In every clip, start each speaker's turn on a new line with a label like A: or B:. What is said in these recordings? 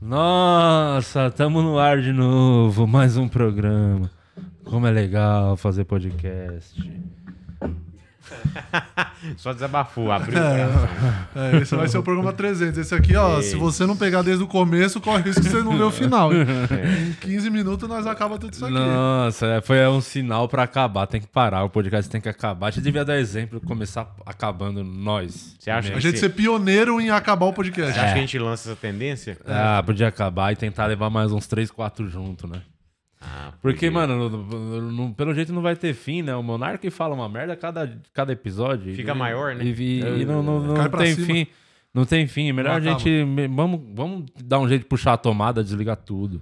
A: Nossa, tamo no ar de novo, mais um programa. Como é legal fazer podcast.
B: Só desabafou, abriu o braço.
C: É, esse vai ser o programa 300. Esse aqui, ó, se você não pegar desde o começo, corre o risco de você não ver o final.
A: É.
C: Em 15 minutos nós acaba tudo isso aqui.
A: Nossa, é, foi um sinal pra acabar, tem que parar, o podcast tem que acabar. A gente devia dar exemplo, começar acabando nós.
B: Você acha
C: A
B: que,
C: gente É.
B: você-
C: ser pioneiro em acabar o podcast.
B: você
A: É.
B: acha que a gente lança essa tendência?
C: É.
A: Ah, podia acabar e tentar levar mais uns 3, 4 junto, né?
B: Ah,
A: Porque, mano, no- no- no- pelo jeito não vai ter fim, né? O Monark fala uma merda a cada, cada episódio.
B: Fica
A: E-
B: maior, né?
A: E, e- e não, não- não
C: É, Cai pra
A: tem
C: cima.
A: fim. Não tem fim. É Melhor a
C: Não acaba.
A: gente. me- Vamos, vamos dar um jeito de puxar a tomada, desligar tudo.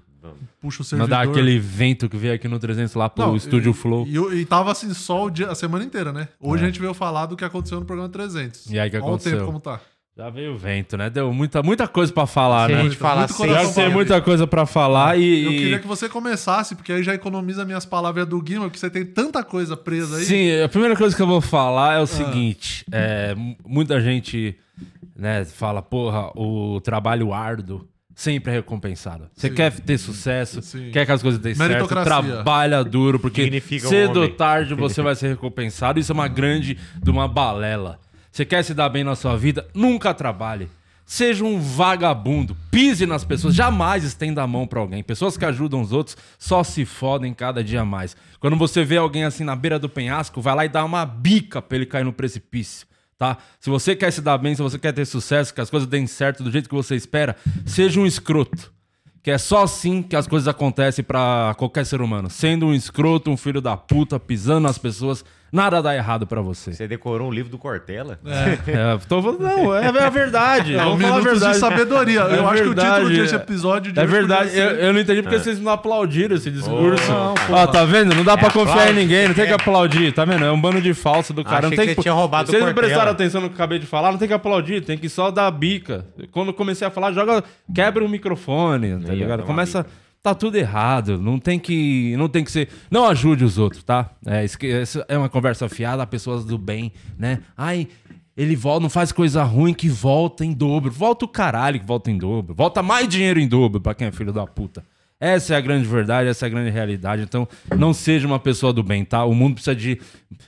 C: Puxa o
A: Não
C: servidor.
A: dar aquele vento que veio aqui no 300 lá pro Estúdio
C: e,
A: Flow. É.
C: E, e tava assim só o dia- a semana inteira, né? Hoje a gente veio falar do que aconteceu no programa 300.
A: E aí, que
C: Olha
A: aconteceu?
C: o tempo como tá.
A: Já veio o vento, né? Deu muita, muita coisa pra falar,
B: Se a
A: né?
B: gente falar
C: Muito
B: assim,
C: coração
A: Já tem muita coisa pra falar e.
C: Eu queria que você começasse, porque aí já economiza minhas palavras do Guima, porque você tem tanta coisa presa aí. Ah.
A: Sim, a primeira coisa que eu vou falar é o seguinte: é, mu- muita gente né, fala, porra, o trabalho árduo sempre é recompensado. Você quer ter sucesso,
C: Sim.
A: quer que as coisas deem certo,
C: Meritocracia.
A: trabalha duro, porque
B: Dignifica o
A: cedo ou
B: homem.
A: tarde você vai ser recompensado. Isso é uma grande de uma balela. Você quer se dar bem na sua vida? Nunca trabalhe. Seja um vagabundo, pise nas pessoas, jamais estenda a mão pra alguém. Pessoas que ajudam os outros só se fodem cada dia mais. Quando você vê alguém assim na beira do penhasco, vai lá e dá uma bica pra ele cair no precipício, tá? Se você quer se dar bem, se você quer ter sucesso, que as coisas deem certo do jeito que você espera, seja um escroto. Que é só assim que as coisas acontecem pra qualquer ser humano. Sendo um escroto, um filho da puta, pisando nas pessoas, nada dá errado pra você.
B: Você decorou um livro do Cortella?
A: É, tô falando, não, é, a verdade.
C: É um
A: vamos falar a
C: minutos de
A: verdade.
C: sabedoria.
A: É
C: eu acho que o título
A: verdade,
C: desse
A: é.
C: episódio de
A: É
C: hoje podia
A: verdade,
C: ser- É.
A: eu, eu não entendi porque vocês não aplaudiram esse discurso.
B: não,
A: Ó, tá vendo? Não dá pra confiar em
B: aplaude,
A: ninguém, não tem que
B: é.
A: aplaudir, tá vendo? É um bando de falso do cara.
B: Achei
A: não tem
B: que você tinha roubado o
A: Vocês não
B: Cortella.
A: prestaram atenção no que eu acabei de falar, não tem que aplaudir, tem que só dar a bica. Quando eu comecei a falar, joga, quebra o microfone, tá
B: Aí, ó,
A: ligado?
B: dá uma
A: Começa. Tá tudo errado, não tem que. Não tem que ser. Não ajude os outros, tá? É, esque- essa é uma conversa fiada, pessoas do bem, né? Ai, ele volta, não faz coisa ruim que volta em dobro. Volta o caralho que volta em dobro. Volta mais dinheiro em dobro pra quem é filho da puta. Essa é a grande verdade, essa é a grande realidade. Então, não seja uma pessoa do bem, tá? O mundo precisa de.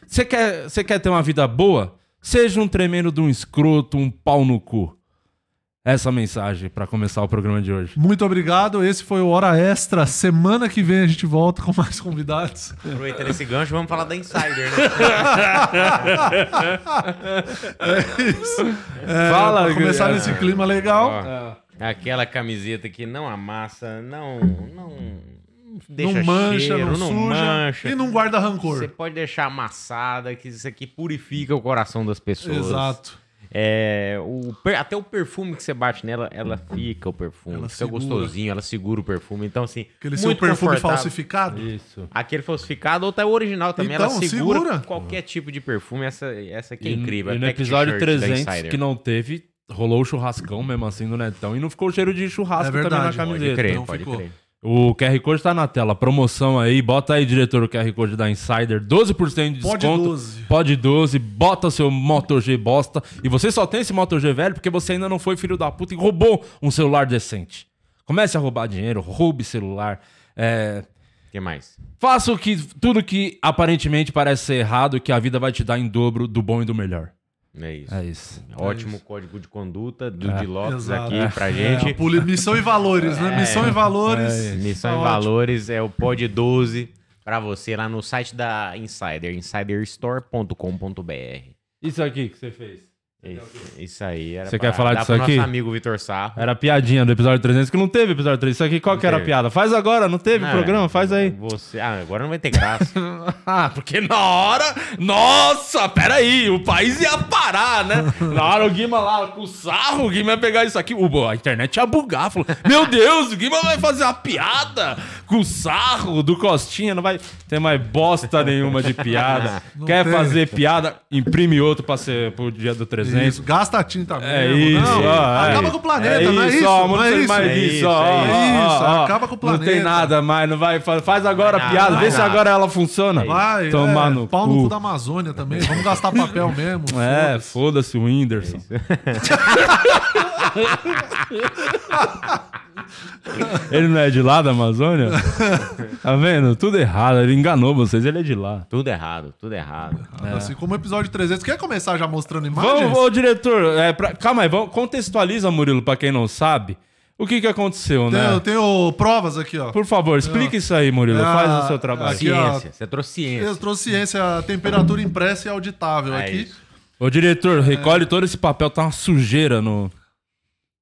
A: Você quer, você quer ter uma vida boa? Seja um tremendo de um escroto, um pau no cu. Essa é mensagem pra começar o programa de hoje.
C: Muito obrigado. Esse foi o Hora Extra. Semana que vem a gente volta com mais convidados.
B: Aproveitando esse gancho, vamos falar da Insider, né?
C: É,
A: Fala,
C: pra começar
A: Guilherme. Ah.
C: nesse clima legal.
B: Ó, Aquela camiseta que não amassa, não... não deixa
C: não mancha,
B: cheiro,
C: não, suja
B: mancha.
C: e não guarda rancor.
B: Você pode deixar amassada, que isso aqui purifica o coração das pessoas.
C: Exato.
B: É, o per- até o perfume que você bate nela, ela fica o perfume.
C: Ela
B: fica
C: segura.
B: gostosinho, ela segura o perfume. Então, assim,
C: Aquele seu perfume
B: confortável.
C: falsificado.
A: Isso.
B: Aquele falsificado ou até o original também.
C: Então,
B: ela segura,
C: segura.
B: qualquer tipo de perfume. Essa, essa aqui é
A: E-
B: incrível.
A: E
B: a
A: no
B: Tech
A: episódio
B: T-shirt da
A: 300,
B: Insider.
A: que não teve, rolou o churrascão mesmo assim do Netão. E não ficou o cheiro de churrasco
C: É verdade,
A: também na
C: pode
A: camiseta.
B: Pode crer,
C: não
B: pode
C: então ficou.
B: crer.
A: O QR Code tá na tela. Promoção aí. Bota aí, diretor, o QR Code da Insider. 12% de
C: Pode
A: desconto. Pode
C: 12.
A: 12. Pode 12. Bota seu Moto G bosta. E você só tem esse Moto G velho porque você ainda não foi filho da puta e roubou um celular decente. Comece a roubar dinheiro, roube celular. É,
B: O que mais?
A: Faça o que, tudo que aparentemente parece ser errado, que a vida vai te dar em dobro do bom e do melhor.
B: É isso.
A: É isso.
B: Ótimo código de conduta do Di Lopes
C: Exato.
B: aqui
C: É.
B: pra
C: É,
B: gente.
C: a poli- missão e valores,
A: É.
C: né? Missão e valores.
B: Missão
C: Tá
B: em
C: ótimo.
B: Valores é o Pod 12 pra você lá no site da Insider, insiderstore.com.br.
A: Isso aqui que você fez.
B: Isso, isso aí. Era
A: Você quer falar
B: dar
A: disso
B: pro
A: aqui?
B: nosso amigo Vitor Sarro.
A: Era a piadinha do episódio 300, que não teve episódio 300. Isso aqui, qual que era a
B: teve.
A: piada? Faz agora, não teve
B: Ah,
A: programa?
B: é.
A: Faz aí.
B: Você... Ah, agora não vai ter graça.
A: Ah, porque na hora. Nossa, peraí, o país ia parar, né? Na hora o Guima lá com o sarro, o Guima ia pegar isso aqui. o- A internet ia bugar. Falou: Meu Deus, o Guima vai fazer uma piada com o sarro do Costinha. Não vai ter mais bosta nenhuma de piada. Quer
C: tem.
A: fazer piada? Imprime outro pra ser pro dia do 300.
C: Isso, gasta a tinta
A: É
C: mesmo. né?
A: isso.
C: Não,
A: ó, é.
C: acaba com o planeta,
A: é
C: não é isso?
A: Ó,
C: não é isso.
A: Mais
B: É
A: isso,
B: isso,
A: ó,
B: é
A: ó, ó,
C: isso,
A: ó.
C: acaba com o
A: Não tem
C: planeta.
A: nada mais, não vai. fa- Faz agora a
B: Vai nada,
A: piada,
B: vai
A: vê se
B: nada.
A: agora ela funciona.
C: Vai,
A: Tomar
C: é,
A: no
C: pau
A: cu.
C: no cu da Amazônia também. Vamos gastar papel mesmo.
A: É,
C: foda-se. É
A: foda-se o Whindersson. Ele não é de lá da Amazônia? Tá vendo? Tudo errado. Ele enganou vocês, ele é de lá.
B: Tudo errado, tudo errado.
C: Assim como o episódio 300. Quer começar já mostrando imagens?
A: Vamos, ô diretor, é, pra- calma aí, vamos, contextualiza, Murilo, pra quem não sabe, o que, que aconteceu,
C: Tem-
A: né?
C: Eu tenho provas aqui, ó.
A: Por favor, explica isso aí, Murilo.
C: É,
A: Faz o seu trabalho.
C: Aqui, ó.
B: ciência, você trouxe ciência.
C: Eu trouxe ciência, temperatura impressa e auditável
B: É
C: aqui.
B: isso.
A: Ô diretor, recolhe todo esse papel, tá uma sujeira no,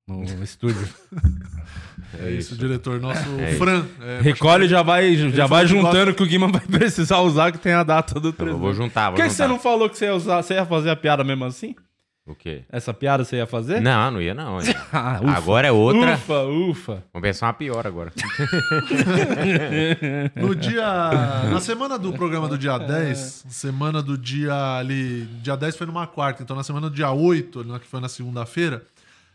A: no estúdio.
C: É isso, diretor. Nosso
B: É isso.
C: Fran. é,
A: Recolhe e já vai, já
C: Ele
A: vai
C: falou que
A: juntando que o Guima vai precisar usar, que tem a data do
B: Eu
A: 3.
B: vou juntar,
A: Por
B: vou
A: que, que
B: juntar.
A: você não falou que você ia usar? Você ia fazer a piada mesmo assim?
B: O quê?
A: Essa piada você ia fazer?
B: Não, não ia não. ia.
A: Ah, ufa.
B: agora é outra.
A: Ufa, ufa.
B: Vamos pensar uma pior agora.
C: No dia. Na semana do programa do dia 10, semana do dia ali. Dia 10 foi numa quarta, então na semana do dia 8, ali, na- que foi na segunda-feira,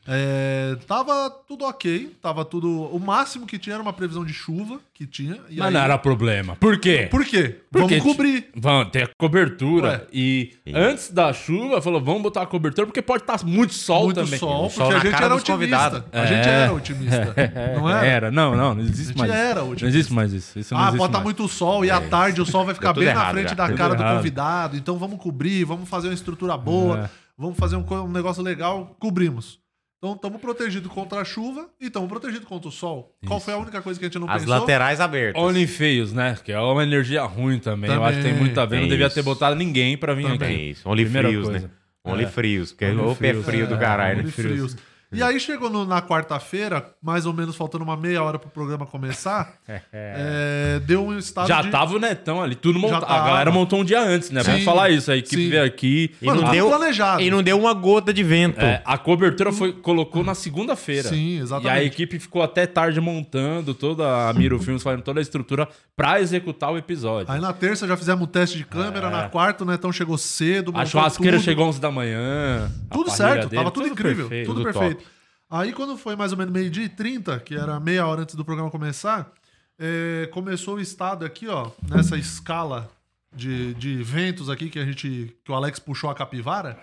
C: é, tava tudo ok. Tava tudo. O máximo que tinha era uma previsão de chuva que tinha. e
A: Mas
C: aí-
A: não era problema. Por quê?
C: Por quê?
A: Porque
C: Vamos cobrir.
A: ti- Vamos ter a cobertura.
C: Ué.
A: E antes da chuva, falou, vamos botar a cobertura, porque pode estar muito sol
C: Muito
A: também.
C: sol, porque
B: Sol
C: a
B: na
C: gente
B: cara
C: era
B: dos
C: otimista.
B: convidados.
C: A gente
A: É.
C: era otimista. Não
A: era?
C: era?
A: Não, não, não
C: A
A: existe
C: gente
A: mais. isso.
C: era otimista.
A: não existe mais isso. Isso não
C: Ah,
A: existe
C: bota
A: mais. É
C: muito sol e à tarde o sol vai ficar
B: Deu tudo
C: bem na
B: errado
C: frente
B: já,
C: da
B: deu
C: cara
A: tudo
C: do
A: errado.
C: convidado. Então vamos cobrir, vamos fazer uma estrutura boa,
A: É.
C: vamos fazer um, co- um negócio legal, cobrimos. Então estamos protegidos contra a chuva e estamos protegidos contra o sol. Qual foi a única coisa que a gente não
B: As
C: pensou?
B: laterais abertas.
A: Only feios, né? Que é uma energia ruim também. Eu
C: Também.
A: acho que tem muito a ver. Não
B: Tem
A: devia
B: isso.
A: ter botado ninguém pra vir
B: É
A: aqui.
B: isso. Only
A: Primeira
B: frios,
A: coisa.
B: né? Only
A: É.
B: frios, porque
A: Only
B: o pé
A: frios,
B: frio
A: é,
B: do caralho,
C: Only
B: né?
C: frios. E aí chegou no- na quarta-feira, mais ou menos faltando uma meia hora pro programa começar, é, deu um estado
A: Já
C: de...
A: tava o Netão ali, tudo montado. A
C: tava.
A: galera montou um dia antes, né? Vamos
C: Sim.
A: falar isso. A equipe
C: Sim.
A: veio aqui.
B: E
C: Mano,
B: não
C: tudo
B: deu-
C: planejado.
B: E não deu uma gota de vento.
A: É, a cobertura foi colocou na segunda-feira.
C: Sim, exatamente.
A: E a equipe ficou até tarde montando toda a Miro Filmes, fazendo toda a estrutura pra executar o episódio.
C: Aí na terça já fizemos um teste de câmera, na quarta o Netão chegou cedo.
A: É. a
C: montou
A: churrasqueira
C: tudo.
A: chegou 11 da manhã. a
C: Tudo
A: parrilha
C: certo,
A: dele,
C: tava tudo, incrível,
A: perfeito,
C: tudo,
A: top.
C: perfeito. Aí quando foi mais ou menos meio-dia e 30, que era meia hora antes do programa começar, é, começou o estado aqui, ó, nessa escala de, de eventos aqui que a gente. que o Alex puxou a capivara.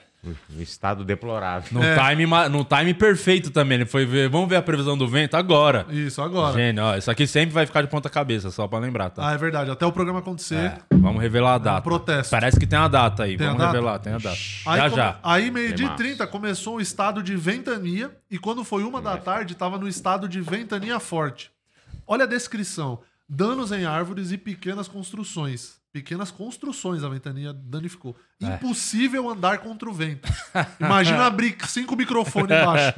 B: Um estado deplorável.
A: No,
C: É.
A: time, ma- no time perfeito também. Ele foi ver. Vamos ver a previsão do vento agora.
C: Isso, agora.
A: Gênio, ó. Isso aqui sempre vai ficar de ponta cabeça, só pra lembrar, tá?
C: Ah, é verdade, até o programa acontecer. um
A: É, vamos revelar a data.
C: protesto.
A: Parece que tem a data aí.
C: Tem a
A: vamos
C: data?
A: revelar, tem a data.
C: Aí, é
A: já
C: come-
A: já.
C: aí meio-dia e
B: Tem
C: 30 começou o estado de ventania e quando foi uma da tarde estava no estado de ventania forte. Olha a descrição: danos em árvores e pequenas construções. Pequenas construções a ventania danificou.
A: É.
C: Impossível andar contra o vento. Imagina abrir cinco microfones embaixo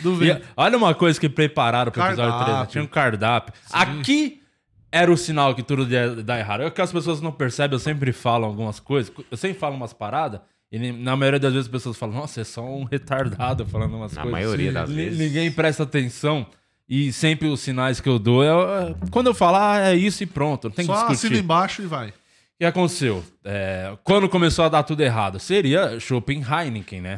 C: do
A: E
C: vento.
A: olha uma coisa que prepararam pro episódio
C: Cardápio.
A: 3. Tinha um cardápio. Aqui era o sinal que tudo ia dar errado. É que as pessoas não percebem, eu sempre falo algumas coisas. Eu sempre falo umas paradas. E nem- na maioria das vezes as pessoas falam, nossa, é só um retardado falando umas
B: Na
A: coisas.
B: maioria
A: Sim.
B: das
A: Ni-
B: vezes.
A: Ninguém presta atenção. E sempre os sinais que eu dou é. é- Quando eu falar, é isso e pronto. Não tem que
C: Só
A: discutir.
C: assina embaixo e vai.
A: O que aconteceu? É, quando começou a dar tudo errado? Seria Chopin Heineken, né?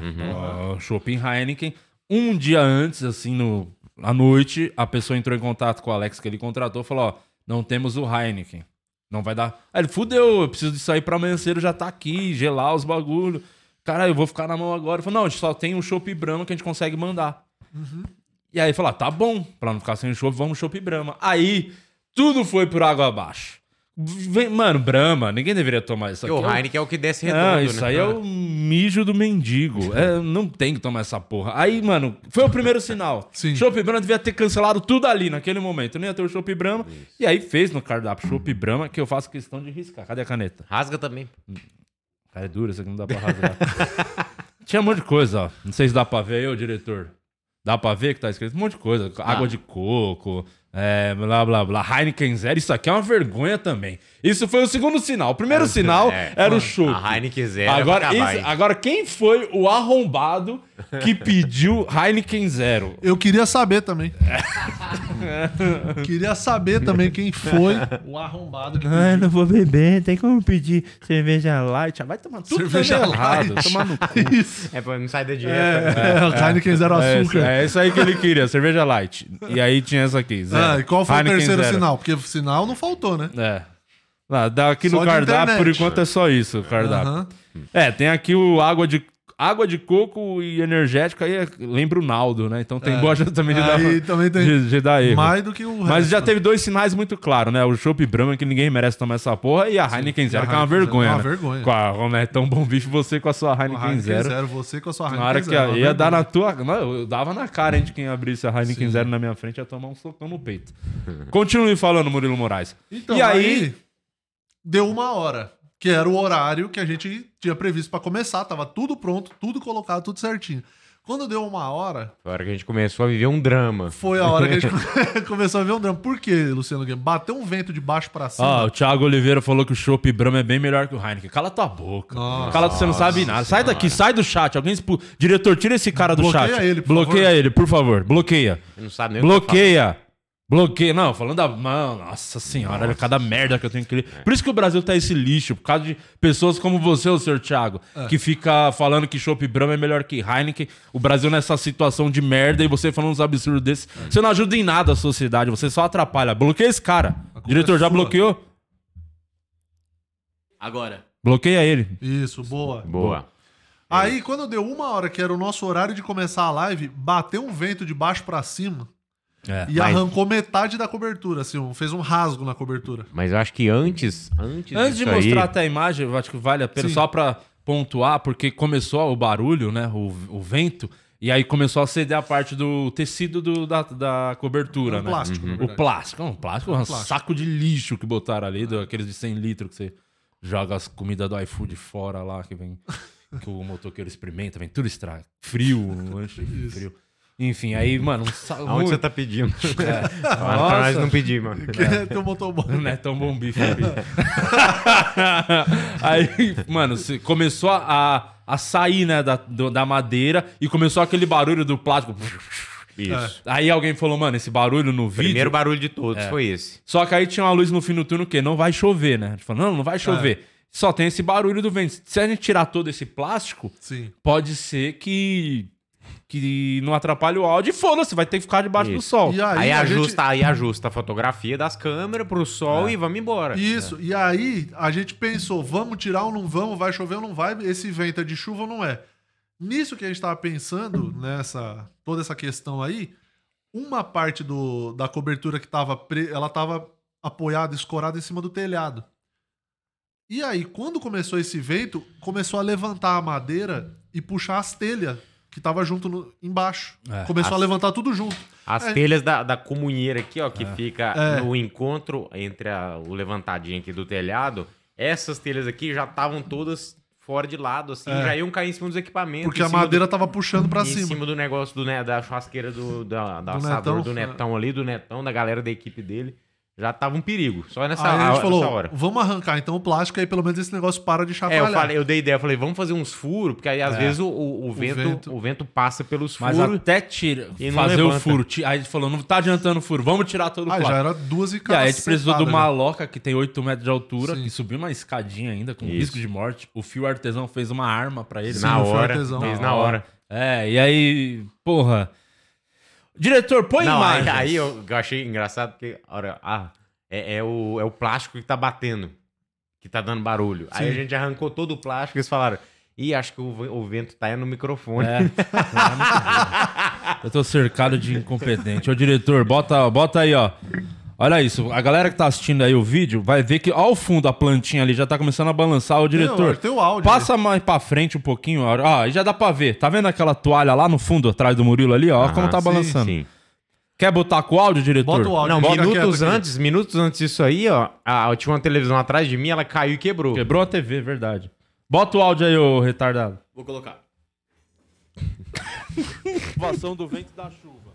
A: Chopin Heineken. Um dia antes, assim, no, à noite, a pessoa entrou em contato com o Alex que ele contratou falou: Ó, não temos o Heineken. Não vai dar. Aí ele, fudeu, eu preciso disso aí pra amanhã cedo já tá aqui, gelar os bagulho. Cara, eu vou ficar na mão agora. Ele Falou, não, a gente só tem um Chopp Brahma que a gente consegue mandar. E aí falar, tá bom, pra não ficar sem chopp, vamos chopp Brahma. Aí, tudo foi por água abaixo. Vem- mano, Brahma, ninguém deveria tomar isso
B: Porque
A: aqui.
B: o Heineken é o que desce redondo,
A: Não, isso
B: né?
A: aí é o mijo do mendigo. É, não tem que tomar essa porra. Aí, mano, foi o primeiro sinal.
C: Sim.
A: Chopp Brahma devia ter cancelado tudo ali naquele momento. Não ia ter o Chopp Brahma. E aí fez no cardápio Chopp Brahma, que eu faço questão de riscar. Cadê a caneta?
B: Rasga também.
A: Cara, é dura, isso aqui não dá pra rasgar. Tinha um monte de coisa, ó. Não sei se dá pra ver aí, ô diretor. Dá pra ver que tá escrito um monte de coisa. Água de coco, é, blá, blá, blá. Heineken Zero. Isso aqui é uma vergonha também. Isso foi o segundo sinal. O primeiro sinal
B: é,
A: era o show.
B: A Heineken zero é
A: Agora,
B: pra acabar,
A: esse-
B: hein?
A: agora, quem foi o arrombado que pediu Heineken Zero?
C: Eu queria saber também. queria saber também quem foi o arrombado que
A: Ah, não vou beber, tem como pedir cerveja light. Ah, Vai tomar tudo
C: Cerveja
A: também errado.
C: é light.
A: Tomar no cu.
C: Isso.
B: É pra não sair da
C: É,
B: dieta. né?
C: é, Heineken zero
A: É,
C: açúcar.
A: é isso aí que ele queria, cerveja light. E aí tinha essa aqui. zero.
C: Ah, e qual foi
A: é. Heineken
C: o terceiro
A: zero.
C: sinal? Porque o sinal não faltou, né?
A: É. Lá, dá aqui
C: Só
A: no
C: de
A: cardápio,
C: internet.
A: por enquanto é só isso, o cardápio.
C: Aham.
A: É, tem aqui o água de Água de coco e energético, aí é- lembra o Naldo, né? Então tem gosta também de
C: É. Aí
A: dar,
C: também tem
A: de, de dar erro.
C: mais um do que o
A: Mas
C: resto.
A: já teve dois sinais muito claros, né? O Chopp Brahma, que ninguém merece tomar essa porra, e a Heineken Zero, que é uma
C: Heineken Zero,
A: vergonha.
C: uma
A: né?
C: vergonha.
A: Com a, não é tão bom bife você com a sua
C: Com a
A: Heineken,
C: né? Heineken
A: Zero.
C: zero, você com a sua
A: Na hora
C: Heineken
A: que ia,
C: zero, uma
A: ia dar
C: vergonha.
A: na tua. Não, eu dava na cara hein, de quem abrisse a Heineken Zero na minha frente ia tomar um socão no peito. Continue falando, Murilo Moraes.
C: Então,
A: E aí-
C: aí, deu uma hora, que era o horário que a gente tinha previsto pra começar, tava tudo pronto, tudo colocado, tudo certinho. Quando deu uma hora,
B: Foi a hora que a gente começou a viver um drama.
C: foi a hora que a gente começou a ver um drama. Por quê, Luciano Guilherme? Bateu um vento de baixo pra cima.
A: Ó, o Thiago Oliveira falou que o Chopp Brahma é bem melhor que o Heineken. Cala tua boca.
C: Nossa.
A: Cala que você não sabe nada. Sai daqui, sai do chat. Alguém expu... Diretor, tira esse cara do
C: Bloqueia
A: chat.
C: ele, por
A: Bloqueia
C: favor.
A: ele, por favor. Bloqueia.
B: Ele não sabe nem o que tá
A: Bloqueia. Bloqueia. Não, falando da. Mano, nossa senhora, olha cada merda que eu tenho que ler. Por isso que o Brasil tá esse lixo, por causa de pessoas como você, o senhor Thiago, que fica falando que Chopp Brahma é melhor que Heineken. O Brasil nessa situação de merda e você falando uns absurdos desses. Você não ajuda em nada a sociedade, você só atrapalha. Bloqueia esse cara.
C: culpa
A: Diretor,
C: é
A: já
C: sua.
A: bloqueou?
D: Agora.
A: Bloqueia ele.
C: Isso, boa.
B: falando. Boa.
C: Aí, quando deu uma hora, que era o nosso horário de começar a live, bateu um vento de baixo pra cima
A: É.
C: e arrancou metade da cobertura, assim, um- fez um rasgo na cobertura.
B: Mas eu acho que antes. Antes,
A: Antes de
B: disso
A: mostrar
B: aí,
A: até a imagem, eu acho que vale a pena
C: Sim.
A: só pra pontuar, porque começou o barulho, né? O, o vento, e aí começou a ceder a parte do tecido do- da, da cobertura,
C: O
A: né?
C: Um plástico, na
A: Uhum.
C: verdade.
A: O plástico. Não, o plástico é um
C: Plástico.
A: saco de lixo que botaram ali, do- aqueles de 100 litros que você joga as comidas do iFood fora lá, que vem. Que o motoqueiro experimenta, vem tudo estraga. Frio, um lanche frio. Enfim, aí, mano, um sal...
B: Aonde você tá pedindo? É.
A: Nossa.
B: nós não pedir, mano.
C: Porque tem um motoboy.
A: Não é tão bom bife. filho. Aí, mano, se- começou a, a sair, né, da, do- da madeira e começou aquele barulho do plástico.
B: Isso.
A: Aí alguém falou, mano, esse barulho no vídeo.
B: Primeiro barulho de todos foi esse.
A: Só que aí tinha uma luz no fim do túnel que não vai chover, né? A gente falou, não, não vai
B: É.
A: chover. Só tem esse barulho do vento. Se a gente tirar todo esse plástico,
C: Sim.
A: pode ser que. que não atrapalhe o áudio e foda-se, vai ter que ficar debaixo do
B: Isso.
A: sol.
C: E
B: Aí,
C: aí, a gente-
B: ajusta, aí ajusta a fotografia das câmeras pro sol e vamos embora.
C: Isso, e aí a gente pensou, vamos tirar ou não vamos, vai chover ou não vai, esse vento é de chuva ou não é. Nisso que a gente tava pensando, nessa toda essa questão aí, uma parte do, da cobertura que tava, pre- ela tava apoiada, escorada em cima do telhado. E aí, quando começou esse vento, começou a levantar a madeira e puxar as telhas que tava junto no- embaixo.
A: É,
C: começou a levantar tudo junto.
B: As
C: É.
B: telhas da, da comunheira aqui, ó, que fica
C: É.
B: no encontro entre a- o levantadinho aqui do telhado, essas telhas aqui já estavam todas fora de lado, assim, já iam cair em cima dos equipamentos.
C: É. Porque
B: em
C: a
B: cima
C: madeira
B: do,
C: tava puxando pra
B: em
C: cima.
B: cima do negócio do, né, da churrasqueira do, da, da
C: Do
B: assador
C: Netão,
B: do
C: é.
B: Netão ali, do Netão, da galera da equipe dele. Já tava um perigo. Só nessa,
C: aí a gente
B: nessa
C: falou,
B: hora.
C: vamos arrancar então o plástico, aí pelo menos esse negócio para de
B: É,
C: chacoalhar.
B: eu, falei, eu dei ideia, eu falei, vamos fazer uns furos, porque aí às vezes o, o- o vento,
C: É. vento-
B: o vento passa pelos
A: Mas
B: furos.
A: até tira,
B: e não
A: fazer o
B: levanta.
A: furo. Ti- Aí ele falou, não tá adiantando o furo, vamos tirar todo o
C: Ah,
A: plástico.
C: já era duas e
A: E aí a gente precisou de
C: cacetada,
A: uma
C: né?
A: loca que tem 8 metros de altura
C: Sim.
A: e subiu uma escadinha ainda com
B: Isso.
A: risco de morte. O fio artesão fez uma arma pra ele.
B: na
C: Sim, é foi
B: hora,
C: artesão.
B: fez
A: Na
B: na hora.
A: É, e aí, porra. Diretor, põe
B: não, aí,
A: imagens.
B: aí eu, eu achei engraçado porque, olha, ah, é, é o, é o plástico que tá batendo, que tá dando barulho. Aí a gente arrancou todo o plástico e eles falaram, ih, acho que o, ve- o vento tá aí no microfone.
A: É. Eu tô cercado de incompetente. Ô, diretor, bota, bota aí, ó. Olha isso, a galera que tá assistindo aí o vídeo vai ver que ao fundo a plantinha ali já tá começando a balançar. Ô, diretor,
C: Tem o é áudio.
A: Passa mais pra frente um pouquinho, ó. ó, aí já dá pra ver. Tá vendo aquela toalha lá no fundo, atrás do Murilo ali, ó? Olha como
B: Ah,
A: tá
B: sim,
A: balançando.
B: sim.
A: Quer botar com o áudio, diretor?
C: Bota o áudio.
B: Não,
C: fica quieto
B: minutos
C: aqui.
B: antes, minutos antes disso aí, ó, a, eu tinha uma televisão atrás de mim, ela caiu e quebrou.
A: Quebrou a TV, verdade. Bota o áudio aí, ô retardado.
D: Vou colocar.
A: Ação do vento e da chuva.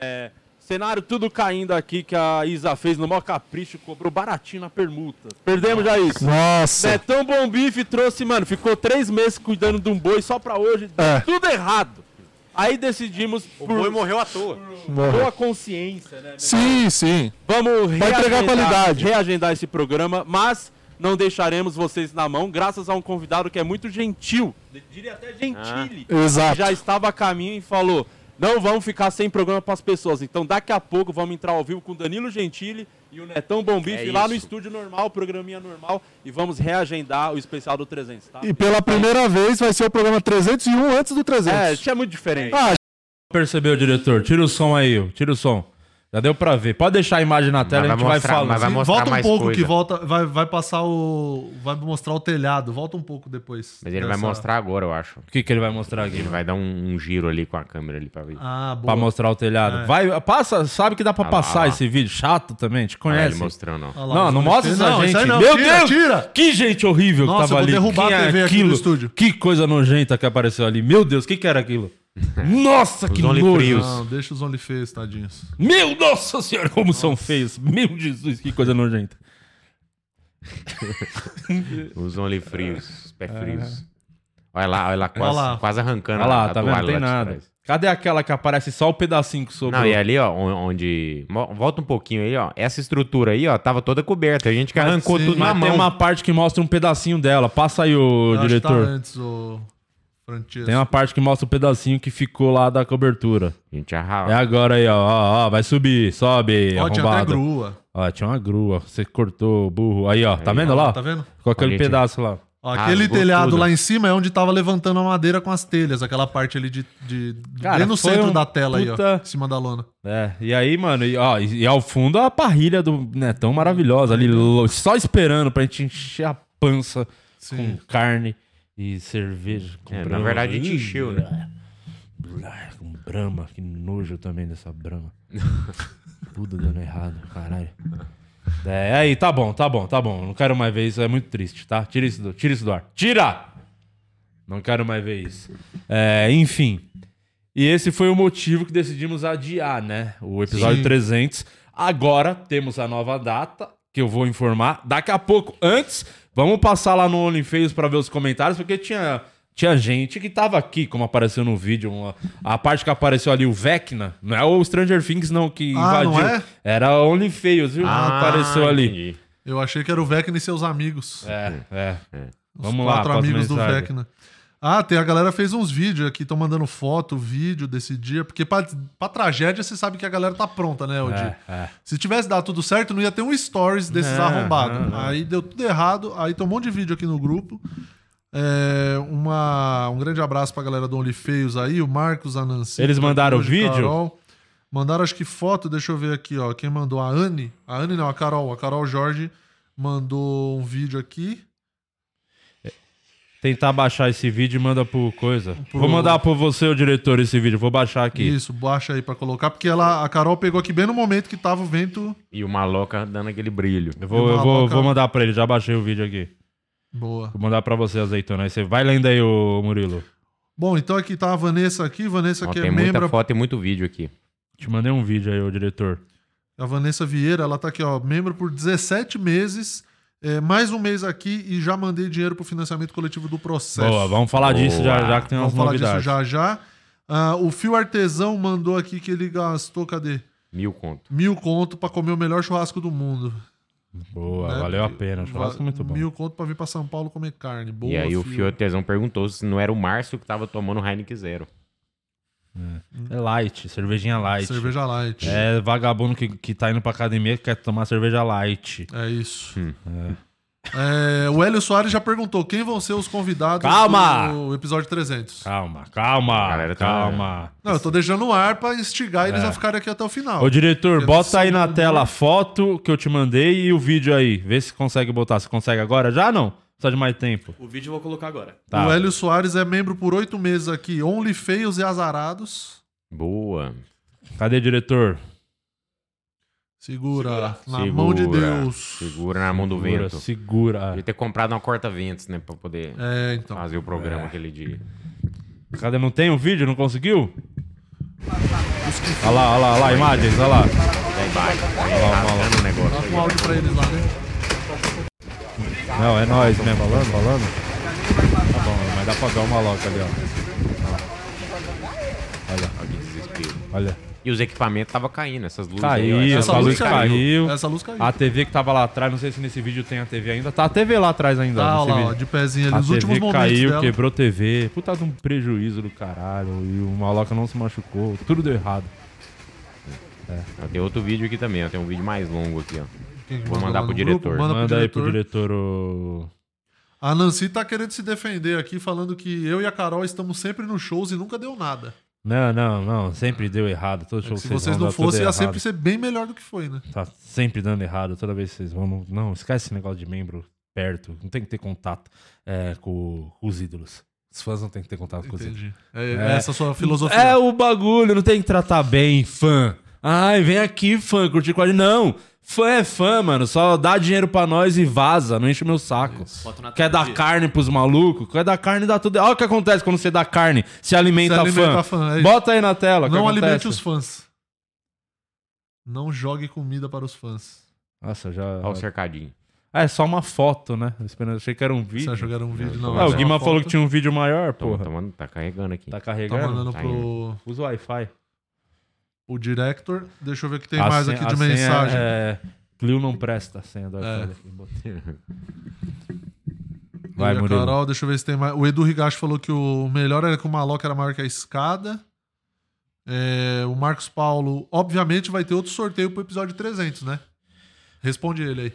A: É, cenário tudo caindo aqui que a Isa fez no maior capricho, cobrou baratinho na permuta. Perdemos já isso.
E: Nossa!
A: Netão Bom Bife trouxe, mano, ficou três meses cuidando de um boi só pra hoje, deu
E: É.
A: tudo errado. Aí decidimos,
B: O
A: por
B: boi morreu à toa.
E: Morreu.
A: boa consciência, né?
E: Sim, sim.
A: Vamos reagendar,
E: entregar qualidade.
A: reagendar esse programa, mas não deixaremos vocês na mão, graças a um convidado que é muito gentil, diria até gentile, que
E: Exato.
A: já estava a caminho e falou: não vamos ficar sem programa para as pessoas. Então daqui a pouco vamos entrar ao vivo com Danilo Gentili
D: e o Netão Bom Bife
E: É
D: lá no
B: isso.
D: estúdio normal, programinha normal. E vamos reagendar o especial do 300, tá?
E: E pela primeira vez vai ser o programa 301 antes do
D: É,
E: 300.
D: isso é muito diferente.
E: ah,
A: Percebeu, diretor? Tira o som aí, ó. tira o som. Já deu pra ver. Pode deixar a imagem na tela, a
B: vai
A: gente vai
B: mostrar,
A: falando.
B: mas vai
A: Sim.
B: mostrar
C: Volta um
B: mais
C: pouco
B: coisa.
C: que volta, vai, vai passar o. Vai mostrar o telhado. Volta um pouco depois.
B: Mas ele vai
C: dessa-
B: mostrar agora, eu acho.
A: O que, que ele vai mostrar aqui?
B: Ele vai dar um, um giro ali com a câmera ali pra ver.
C: Ah,
A: Pra
C: boa.
A: mostrar o telhado.
C: É.
A: Vai, passa, sabe que dá pra
B: Ah lá,
A: passar
B: ah lá.
A: esse vídeo. Chato também, te
B: Olha
A: conhece.
B: ele mostrando, ó.
C: Olha lá,
A: Não,
C: os
A: não
C: moleques-
A: mostra isso a
C: não,
A: gente.
C: aí não,
A: Meu
C: tira,
A: Deus!
C: Tira!
A: Que gente horrível
C: Nossa,
A: que tava
C: eu vou
A: ali.
C: derrubar
A: Quem
C: a
A: é
C: TV aqui
A: aquilo?
C: do estúdio.
A: Que coisa nojenta que apareceu ali. Meu Deus, o que, que era aquilo? Nossa, que
B: Only
A: nojo.
B: Frios.
C: Não, deixa os OnlyFans, tadinhos.
A: Meu Nossa Senhora, como são feios. Meu Jesus, que coisa nojenta.
B: Os only frios, os pé frios. Olha lá, olha lá, quase,
C: lá.
B: quase arrancando.
A: Olha
B: a-
A: lá,
B: a
A: tá
B: toalha
A: vendo? Não tem
B: lá de
A: nada.
B: trás.
A: Cadê aquela que aparece só o pedacinho que sobrou?
B: Não, e ali, ó, on- onde... mo- Volta um pouquinho aí, ó. Essa estrutura aí, ó, tava toda coberta. A gente que arrancou
C: sim,
B: tudo na
A: Mas Ah, tem
B: mão.
A: uma parte que mostra um pedacinho dela. Passa aí, ô
C: Eu acho que tá
A: diretor.
C: antes, o Francesco.
A: Tem uma parte que mostra o pedacinho que ficou lá da cobertura.
B: A gente
A: É
B: arra...
A: agora aí, ó. Ó, ó, vai subir, sobe,
C: Ó, tinha até
A: arrombado.
C: grua.
A: Ó, tinha uma grua. Você cortou o burro. Aí, ó. Tá vendo lá?
C: Tá vendo?
A: Com aquele
B: Olha, gente.
A: pedaço lá.
C: Ó,
B: Ah,
C: aquele
B: rasgou
C: telhado
B: tudo.
C: lá em cima é onde tava levantando a madeira com as telhas, aquela parte ali de. de
A: Cara,
C: bem no
A: foi
C: centro
A: um
C: da tela aí, ó.
A: puta-
C: Em cima da lona.
A: É, e aí, mano, e, ó, e, e ao fundo a parrilha do Netão maravilhosa ali, lo- só esperando pra gente encher a pança
C: Sim.
A: com carne e cerveja.
B: É,
A: Compramos-
B: na verdade, a gente encheu, né?
A: Ah, Com brama, que nojo também dessa brama. Tudo dando errado, caralho. É, aí, tá bom, tá bom, tá bom. Não quero mais ver isso, é muito triste, tá? Tira isso do, tira isso do ar. Tira! Não quero mais ver isso. É, enfim. E esse foi o motivo que decidimos adiar, né? O episódio
C: Sim.
A: 300. Agora temos a nova data, que eu vou informar daqui a pouco. Antes, vamos passar lá no OnlyFans para ver os comentários, porque tinha, tinha gente que tava aqui, como apareceu no vídeo. uma- a parte que apareceu ali, o Vecna. Não é o Stranger Things, não, que
C: Ah, não
A: invadiu.
C: é?
A: Era o OnlyFans, viu?
C: Ah,
A: apareceu ali.
B: Ah, entendi.
C: Eu achei que era o Vecna e seus amigos.
A: É, é.
C: Os
A: Vamos lá,
C: quatro
A: com as
C: amigos do
A: mensagens.
C: Vecna. Ah, tem a galera fez uns vídeos aqui, estão mandando foto, vídeo desse dia, porque pra, pra tragédia você sabe que a galera tá pronta, né, Odi?
A: é.
C: Se tivesse dado tudo certo, não ia ter um stories desses
A: Não,
C: arrombados.
A: não, não.
C: Aí deu tudo errado, aí tem um monte de vídeo aqui no grupo. É, uma, um grande abraço pra galera do Only Feios aí, o Marcos, a Nancy.
A: Eles mandaram
C: Hoje,
A: vídeo?
C: Carol. Mandaram acho que foto, deixa eu ver aqui, ó. Quem mandou? A Anne? A Anne não, a Carol. A Carol Jorge mandou um vídeo aqui.
A: Tentar baixar esse vídeo e manda por coisa. Vou mandar por você, o diretor, esse vídeo. Vou baixar aqui.
C: Isso, baixa aí pra colocar, porque ela, a Carol pegou aqui bem no momento que tava o vento.
B: E o maloca dando aquele brilho.
A: Eu vou,
C: Eu
A: eu
C: vou
A: vou,
C: alocar.
A: vou mandar pra ele, já baixei o vídeo aqui.
C: Boa.
A: Vou mandar pra você, azeitona. Aí você vai lendo aí, ô Murilo.
C: Bom, então aqui tá a Vanessa aqui, Vanessa
B: Ó,
C: que
B: tem
C: é
B: muita
C: membro.
B: foto e muito vídeo aqui.
A: Te mandei um vídeo aí, ô diretor.
C: A Vanessa Vieira, ela tá aqui, ó, membro por 17 meses, é, mais um mês aqui e já mandei dinheiro pro financiamento coletivo do processo.
A: Boa, vamos falar
B: Boa.
A: disso já, já que tem umas
C: Vamos falar disso
A: novidades.
C: já já. Ah, o Fio Artesão mandou aqui que ele gastou, cadê?
B: Mil conto.
C: Mil conto pra comer o melhor churrasco do mundo.
A: Boa,
C: né?
A: valeu a pena. O churrasco é muito bom.
C: Mil conto pra vir pra São Paulo comer carne. Boa,
B: e aí o
C: Fio.
B: Fio Tesão perguntou se não era o Márcio que tava tomando Heineken Zero.
A: É light, cervejinha light.
C: Cerveja light.
A: É vagabundo que, que tá indo pra academia que quer tomar cerveja light.
C: É isso.
A: Hum,
C: É, o Hélio Soares já perguntou quem vão ser os convidados
A: Calma!
C: do episódio 300.
A: Calma, calma,
B: A galera tá-
A: calma.
C: Não, eu tô deixando no ar pra instigar eles a ficarem aqui até o final.
A: É. Ô diretor,
C: Eu
A: bota aí na
C: sei.
A: tela a foto que eu te mandei e o vídeo aí. Vê se consegue botar. Se consegue agora? Já não? Precisa de mais tempo.
D: O vídeo eu vou colocar agora.
A: Tá.
C: O Hélio Soares é membro por oito meses aqui. Only feios e azarados.
B: Boa.
A: Cadê, diretor?
C: Segura, na
B: Segura,
C: mão de Deus.
B: Segura na mão do
A: segura,
B: vento.
A: segura.
B: Devia ter comprado uma corta-ventos, né? Pra poder
C: É, então.
A: Ah.
B: fazer o programa aquele dia.
A: Cadê? Não tem o vídeo? Não conseguiu? Olha lá, olha lá, olha lá, imagens, olha lá.
B: Rasgando o negócio.
C: Um áudio pra eles lá, né?
A: Não, é nós mesmo. Falando, falando? Tá bom, mas dá pra ver o maloca ali, ó.
B: Olha que desespero.
A: Olha.
B: E os equipamentos tava caindo, essas luzes
A: Caiu,
B: aí. ó,
A: essa luz caiu. Ah,
C: Essa luz caiu.
A: A TV que tava lá atrás, não sei se nesse vídeo tem a TV ainda. Tá a TV lá atrás ainda.
C: Tá,
A: nesse
C: olha lá,
A: vídeo.
C: ó, de pezinho ali.
A: A
C: Os últimos
A: TV
C: momentos
A: caiu,
C: dela.
A: quebrou TV. Puta de um prejuízo do caralho. E o maloca não se machucou. Tudo deu errado.
B: Tem outro vídeo aqui também, ó. Tem um vídeo mais longo aqui, ó.
C: Quem
B: Vou
C: mandou
B: mandar
C: lá
B: pro
C: no
B: diretor.
C: manda
A: Manda aí pro
C: diretor.
A: diretor o.
C: A Nancy tá querendo se defender aqui, falando que eu e a Carol estamos sempre nos shows e nunca deu nada.
A: Não, não, não. Sempre deu errado. Todo show
C: É Se
A: vocês
C: vocês
A: vão
C: não
A: dá tudo
C: fossem, ia
A: errado.
C: sempre ser bem melhor do que foi, né?
A: Tá sempre dando errado. Toda vez que vocês vão. Não, não, esquece esse negócio de membro perto. Não tem que ter contato é, com, com os ídolos. Os fãs não tem que ter contato com os ídolos.
C: Entendi. É,
A: É.
C: Essa sua filosofia.
A: É o bagulho, não tem que tratar bem fã. Ai, vem aqui, fã, curtir com a gente. Não, fã é fã, mano. Só dá dinheiro pra nós e vaza, não enche o meu saco.
D: Bota na
A: Quer dar
D: TV.
A: carne pros malucos? Quer dar carne, dá tudo. Olha o que acontece quando você dá carne, se alimenta,
C: Se alimenta
A: fã.
C: fã, é isso.
A: Bota aí na tela. o que
C: não
A: acontece.
C: alimente os fãs. Não jogue comida para os fãs.
A: Nossa, já.
B: Olha o cercadinho.
A: Ah, é só uma foto, né? Eu esperando- achei que era um
C: Você
A: vídeo.
C: achou que era um vídeo? Não,
A: Ah,
C: era
A: o
C: uma
A: Guima
C: foto.
A: falou que tinha um vídeo maior,
B: Tamo-
A: porra.
B: tamo- tá carregando aqui.
A: Tá
C: Tá
A: carregando?
C: mandando
B: tá
C: pro
A: Usa o Wi-Fi.
C: o director. Deixa eu ver o que tem
A: A
C: mais
A: senha-
C: aqui
A: a
C: de
A: senha
C: mensagem.
A: É... Clio não presta a senha do
C: É.
A: iPhone aqui. Botei.
C: Eu
A: Vai,
C: e a
A: Murilo.
C: Carol, deixa eu ver se tem mais. O Edu Rigacho falou que o melhor era que o Maloca era maior que a escada. É, o Marcos Paulo, obviamente, vai ter outro sorteio pro episódio 300, né? Responde ele aí.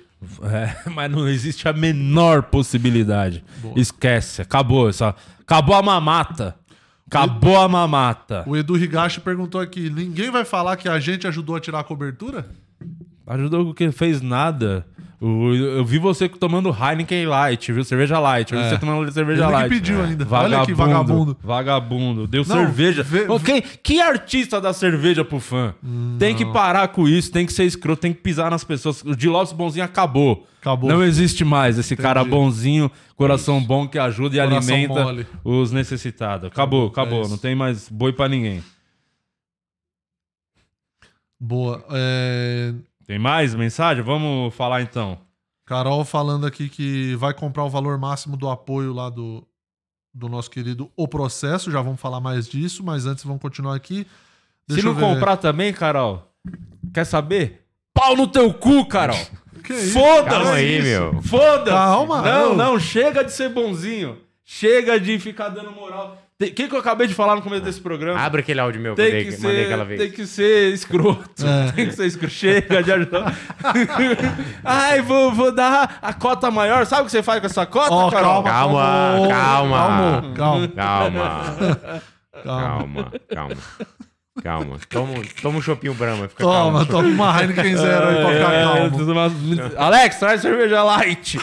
A: É, mas não existe a menor possibilidade.
C: Boa.
A: Esquece, acabou essa. Acabou a mamata. Acabou a mamata.
C: O Edu Rigacho perguntou aqui: ninguém vai falar que a gente ajudou a tirar a cobertura?
A: Ajudou com o que fez nada. O- Eu vi você tomando Heineken Light, viu? Cerveja Light. Eu vi
C: É.
A: você tomando cerveja
C: Ele que
A: Light.
C: pediu
A: É.
C: ainda.
A: Vagabundo,
C: Olha que vagabundo.
A: Vagabundo. Deu
C: Não,
A: cerveja.
C: vê-
A: Ô, quem- que artista dá cerveja pro fã? Tem que parar com isso, tem que ser escroto, tem que pisar nas pessoas. O de Lopes bonzinho acabou.
C: Acabou.
A: Não existe mais esse cara bonzinho, coração bom que ajuda e
C: Coração
A: alimenta
C: mole. É
A: os necessitados. Acabou, acabou.
C: isso.
A: Não tem mais boi pra ninguém.
C: Boa. É,
A: Tem mais mensagem? Vamos falar então.
C: Carol falando aqui que vai comprar o valor máximo do apoio lá do, do nosso querido O Processo. Já vamos falar mais disso, mas antes vamos continuar aqui. Deixa
A: Se não
C: eu ver.
A: comprar também, Carol, quer saber? Pau no teu cu, Carol!
C: Que isso?
B: Calma
A: Foda-se!
B: aí, meu.
A: Foda-se!
C: Calma,
A: Não,
C: não.
A: não, chega de ser bonzinho. Chega de ficar dando moral. Tem- O que, que eu acabei de falar no começo desse programa?
B: Abre aquele áudio meu que eu
A: tem
B: dei-
A: que,
B: mandei aquela
A: ser,
B: vez.
A: tem que ser escroto.
C: É.
A: Tem que ser escroto. Chega de ajudar. Ai, vou, vou dar a cota maior. Sabe o que você faz com essa cota,
C: Ó,
A: Carol?
C: calma.
B: Calma, Ah, calma. Calma, calma,
C: Calma, calma, calma.
B: calma. Calma. Toma, um- toma um chopinho Brahma. Fica calmo.
C: Toma, toma uma Heineken Zero aí pra ficar
A: É,
C: calmo.
A: tudo mais- Alex, traz cerveja light.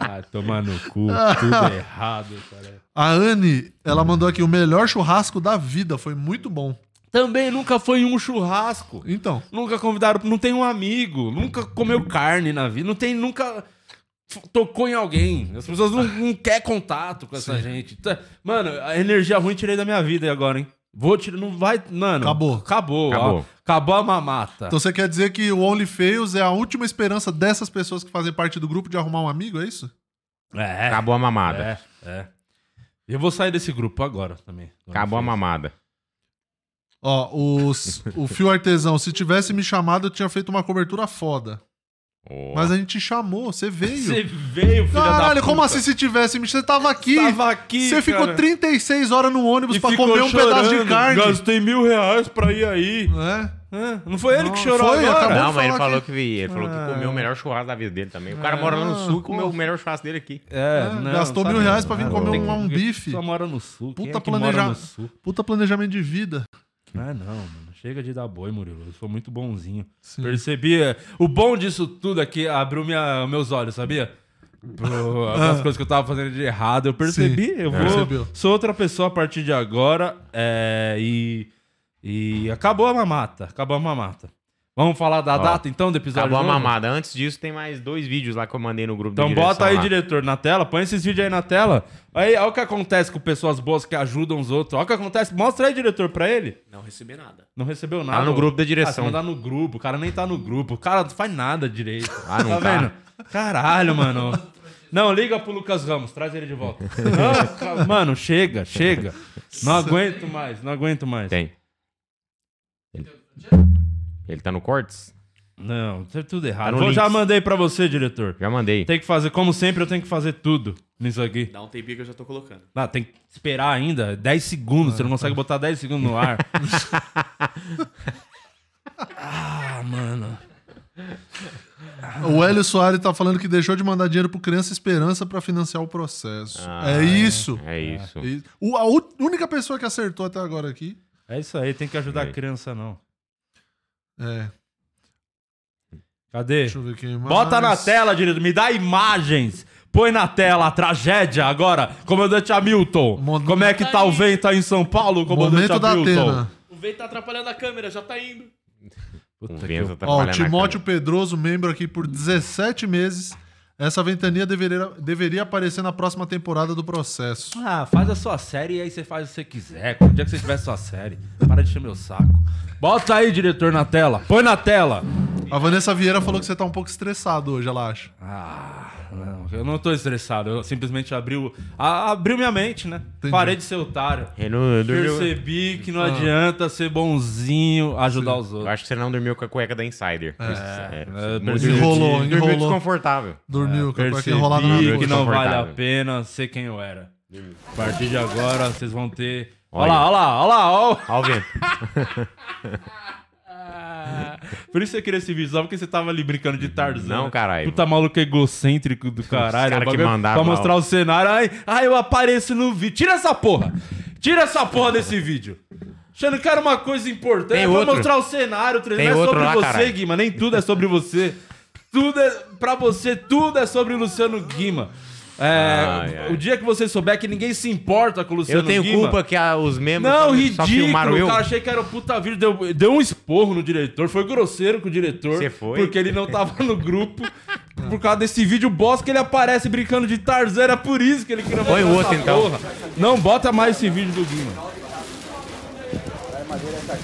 A: ah, tomar no cu, tudo errado, cara.
C: A Anne, ela mandou aqui o melhor churrasco da vida. Foi muito bom.
A: Também nunca foi um churrasco.
C: Então,
A: Nunca convidaram, não tem um amigo, nunca comeu carne na vida, não tem, nunca f- tocou em alguém. As pessoas não, não querem contato com essa gente. Tá- Mano, a energia ruim tirei da minha vida agora, hein? Vou tirar, não vai, mano.
C: Acabou.
A: Acabou. Acabou,
B: Acabou.
A: acabou a mamata.
C: então você quer dizer que o Only Fails é a última esperança dessas pessoas que fazem parte do grupo de arrumar um amigo, é isso?
A: É.
B: Acabou a mamada.
A: É, é. Eu vou sair desse grupo agora também.
B: Acabou a mamada.
C: Ó, os, o Fio Artesão, se tivesse me chamado, eu tinha feito uma cobertura foda.
B: Ó.
C: Mas a gente te chamou, você veio.
A: Você veio, filho
C: Caralho,
A: da puta.
C: como assim se tivesse me Você tava aqui.
A: Tava aqui,
C: Você ficou
A: cara.
C: 36 horas no ônibus
A: E
C: pra
A: ficou
C: comer um pedaço de
A: chorando.
C: carne.
A: Gastei mil reais pra ir aí.
C: É.
A: Hã? Não foi ele
C: Não,
A: que chorou
C: foi,
A: agora?
C: acabou.
B: Não, mas ele
C: falar
B: falou que,
C: que-
B: ele falou que comeu o melhor churrasco da vida dele também. O cara mora lá no sul e comeu o melhor churrasco dele aqui.
A: É,
C: É,
A: não,
C: gastou
A: sabe
C: mil reais
A: não,
C: pra vir
A: cara,
C: comer
A: tem
C: um- um
A: que-
C: bife.
A: Só mora no sul. Quem
C: Puta
A: é que mora
C: planeja-
A: no sul?
C: Puta planejamento de vida.
A: Ah, não, mano. Chega de dar boi, Murilo. Eu sou muito bonzinho.
C: Sim.
A: Percebi. é, O bom disso tudo é que abriu minha, meus olhos, sabia? Pro- As coisas que eu tava fazendo de errado. Eu percebi. Eu vou,
C: é. Percebeu.
A: sou outra pessoa a partir de agora. é, e, e acabou a mamata. Acabou a mamata. Vamos falar da
B: Ó,
A: data então do episódio?
B: Acabou a
A: novo?
B: mamada. Antes disso, tem mais dois vídeos lá que eu mandei no grupo do
A: Então
B: Direção
A: bota aí,
B: lá.
A: diretor, na tela. Põe esses vídeos aí na tela. Aí, olha o que acontece com pessoas boas que ajudam os outros. Olha o que acontece. Mostra aí, diretor, pra ele.
D: Não recebi nada.
A: Não recebeu nada.
B: Tá no grupo da
A: Ah,
B: direção.
A: se mandar no grupo. O cara nem tá no grupo. O cara não faz nada direito.
B: Ah, não tá?
A: Caralho, mano. Não, liga pro Lucas Ramos. Traz ele de volta. Não, cara, mano, chega, chega. Não aguento mais, não aguento mais.
B: Tem. Ele, ele tá no cortes?
A: Não, tá tudo errado.
B: no
A: Eu já
B: links.
A: mandei pra você, diretor.
B: Já mandei.
A: Tem que fazer, como sempre, eu tenho que fazer tudo. nisso aqui.
F: Dá um tempinho que eu já tô colocando.
A: Ah, tem que esperar ainda 10 segundos.
C: Ah, tá.
A: Você não consegue botar 10 segundos no ar. ah, mano.
C: O Hélio Soares tá falando que deixou de mandar dinheiro pro Criança Esperança pra financiar o processo.
B: Ah,
C: é isso.
B: É isso.
C: É isso. O- a u- única pessoa que acertou até agora aqui
A: É isso aí, tem que ajudar a
B: Ei.
A: criança, não.
C: é.
A: Cadê?
C: Deixa eu ver quem mais.
A: Bota na tela, direito. Me dá imagens. Põe na tela a tragédia agora. Comandante Hamilton.
C: Mon-
A: Como é que tá o vento aí em São Paulo, comandante
C: Momento da
A: Hamilton?
C: Atena.
F: O vento tá atrapalhando a câmera, já tá indo.
B: O
A: Puta que
B: Um vento
C: Ó, o
B: atrapalhando a
C: Timóteo Pedroso, membro aqui por 17 meses. Essa ventania deveria, deveria aparecer na próxima temporada do processo.
A: Ah, faz a sua série e aí você faz o que você quiser. O dia que você tiver sua série, para de encher meu saco. Bota aí, diretor, na tela. Põe na tela.
C: A Vanessa Vieira falou que você tá um pouco estressado hoje, ela acha.
A: Ah, não, eu não tô estressado. Eu simplesmente abriu, a- abriu minha mente, né? Parei de ser otário.
B: câmera. Eu não- eu dormi-
A: Percebi que
C: Ah.
A: não adianta ser bonzinho, ajudar os
B: Eu
A: outros.
B: acho que você não dormiu com a cueca da Insider. É,
A: percebi.
C: Enrolou,
B: dormiu
C: enrolou.
B: desconfortável.
C: Dormiu, com a cueca
A: Percebi
C: enrolada na
A: que
C: noite.
A: não vale a
B: Confortável.
A: pena ser quem eu era. A partir de agora, vocês vão ter... Olha
B: Olha.
A: lá, olha lá, olha lá, olha.
B: Ó o vento.
A: Por isso você queria esse vídeo, só porque você tava ali brincando de Tarzan.
B: Não,
A: né?
B: caralho.
A: Puta maluco egocêntrico do caralho.
B: cara
A: o
B: que
A: bagulho
B: mandaram
A: Pra
B: lá,
A: mostrar
B: ó.
A: o cenário. Ai, ai, eu apareço no vídeo. Tira essa porra! Tira essa porra desse vídeo. Achando que era uma coisa importante.
B: Tem
A: é pra
B: outro.
A: mostrar o cenário. Tem não é
B: Tem outro
A: sobre
B: lá,
A: você,
B: caralho.
A: Guima. Nem tudo é sobre você. Tudo é... Pra você, tudo é sobre o Luciano Guima. É,
B: Ai, ai.
A: O dia que você souber que ninguém se importa com o Luciano
B: Eu
A: Guima...
B: tenho culpa que a- os membros
A: Não,
B: só filmaram
A: ridículo.
B: eu.
A: O cara achei que era o puta vírus. Deu, deu um esporro no diretor. Foi grosseiro com o diretor.
B: Você foi?
A: Porque ele não tava no grupo. por causa desse vídeo bosta que ele aparece brincando de Tarzan. Era por isso que ele queria
B: Põe
A: mostrar
B: outro,
A: essa
B: então.
A: Não, bota mais esse vídeo do Guima.
C: Tá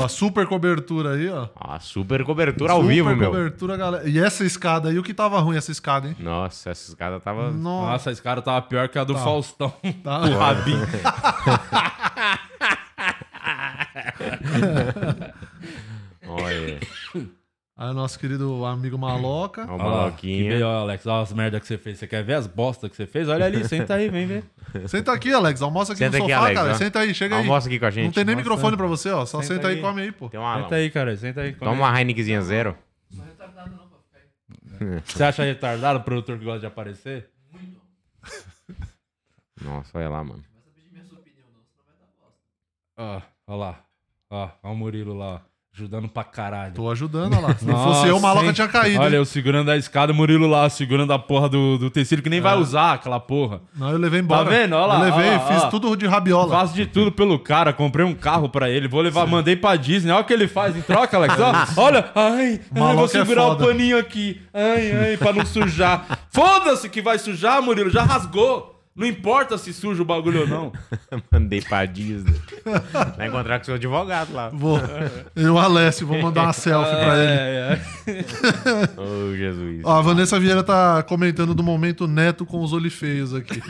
C: Ó, a super cobertura aí, ó.
B: Ah, super cobertura ao
C: super
B: vivo, meu.
C: cobertura, galera. E essa escada aí, o que tava ruim essa escada, hein?
B: Nossa, essa escada tava.
C: Nossa.
A: Nossa, esse cara tava pior que a do Faustão.
B: É.
C: Tá.
A: O Rabin.
B: Olha, é
C: Aí o nosso querido amigo Maloca.
B: olha o
A: Olha lá, que
B: maloquinha.
A: bem, ó, Alex. Olha as merda que você fez. Você quer ver as bosta que você fez? Olha ali, senta aí, vem ver.
C: Senta aqui, Alex. Almoça aqui
B: Senta
C: no
B: aqui,
C: sofá,
B: Alex,
C: cara.
B: ó.
C: Senta aí, chega
B: Almoça
C: aí.
B: aqui com a gente.
C: Não tem nem
A: Nossa.
C: microfone pra você, ó. Só senta,
A: Senta
C: aí
A: aí.
C: e come aí, pô.
B: Tem uma-
A: Senta aí, cara. Senta aí. come
B: Ah, Toma uma Heineken zero.
A: aí. Você acha retardado o produtor que gosta de aparecer?
B: Nossa, olha lá, mano.
A: Ó, ó lá. Ó, ó o Murilo lá, ó, ajudando pra caralho.
C: Tô ajudando, ó lá. Se não
A: Nossa,
C: fosse eu, o Maloca
A: hein?
C: tinha caído.
A: Olha,
C: hein?
A: eu segurando a escada, o Murilo lá segurando a porra do, do tecido que nem
C: É.
A: vai usar aquela porra.
C: Não, eu levei embora.
A: Tá vendo? Olha lá,
C: Eu levei,
A: olha lá,
C: fiz
A: olha lá.
C: tudo de rabiola.
A: Faço de tudo pelo cara, comprei um carro pra ele, vou levar, mandei pra Disney. Olha o que ele faz em troca, Alex. Ó, olha, ai, ai,
C: Maloca
A: vou
C: é
A: segurar o
C: foda.
A: paninho aqui. Ai, ai, pra não sujar. Foda-se que vai sujar, Murilo, já rasgou. Não importa se suja o bagulho ou não.
B: Mandei pra Disney. Vai encontrar com seu advogado lá.
C: Vou. E o Alessio, vou mandar uma selfie pra ele.
A: É, é.
B: Ô, Jesus.
C: Ó, a Vanessa Vieira tá comentando do momento neto com os olifeios aqui.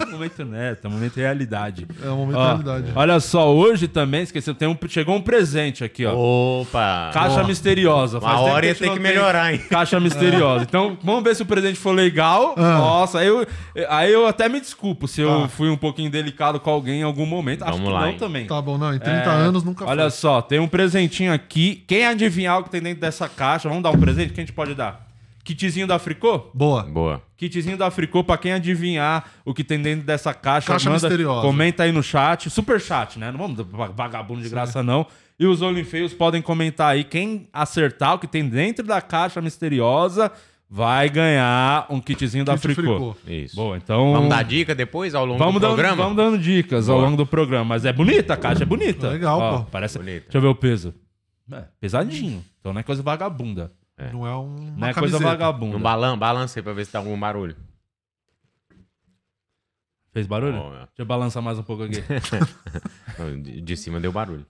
A: É um Momento neto, momento realidade.
C: É o momento
A: Ó,
C: realidade.
A: Olha só, hoje também, esqueci, tem um, chegou um presente aqui, ó.
B: Opa!
A: Caixa misteriosa.
B: Uma
A: tempo a
B: hora ia
A: gente
B: ter
A: não
B: que
A: tem
B: melhorar, hein?
C: É.
A: Caixa misteriosa. Então, vamos ver se o presente for legal.
C: Ah.
A: Nossa, aí eu, aí eu até me desculpo se eu fui um pouquinho delicado com alguém em algum momento. Acho
B: Vamos
A: que
B: lá,
A: não
B: hein?
A: também.
C: Tá bom, não. Em 30
A: É,
C: anos nunca
A: Olha só, tem um presentinho aqui. Quem adivinhar o que tem dentro dessa caixa, vamos dar um presente? Quem a gente pode dar? Kitzinho da Fricô?
C: Boa.
B: Boa.
A: Kitzinho da Fricô, pra quem adivinhar o que tem dentro dessa caixa,
C: Caixa
A: manda,
C: misteriosa.
A: comenta aí no chat, super chat, né? Não vamos dar va- vagabundo de graça não. E os Olinfeios podem comentar aí quem acertar o que tem dentro da caixa misteriosa vai ganhar um kitzinho da
C: Kit
A: Fricô.
C: Fricô.
B: Isso.
A: Boa, então
B: Vamos dar dica depois ao longo
A: Vamos
B: do
A: dando,
B: programa?
A: vamos dando dicas ao longo do programa, mas é bonita a caixa, é bonita.
C: Legal,
A: Ó,
C: pô.
A: Parece.
B: Bonita.
A: Deixa eu ver o peso. É, pesadinho. Então não é coisa vagabunda.
C: Não é um- uma
A: não é
C: camiseta.
A: coisa vagabunda.
B: Um balan, balança aí pra ver se tá algum barulho.
A: Fez barulho?
B: Ó, é.
A: Deixa eu balançar mais um pouco aqui.
B: Não, De de cima deu barulho.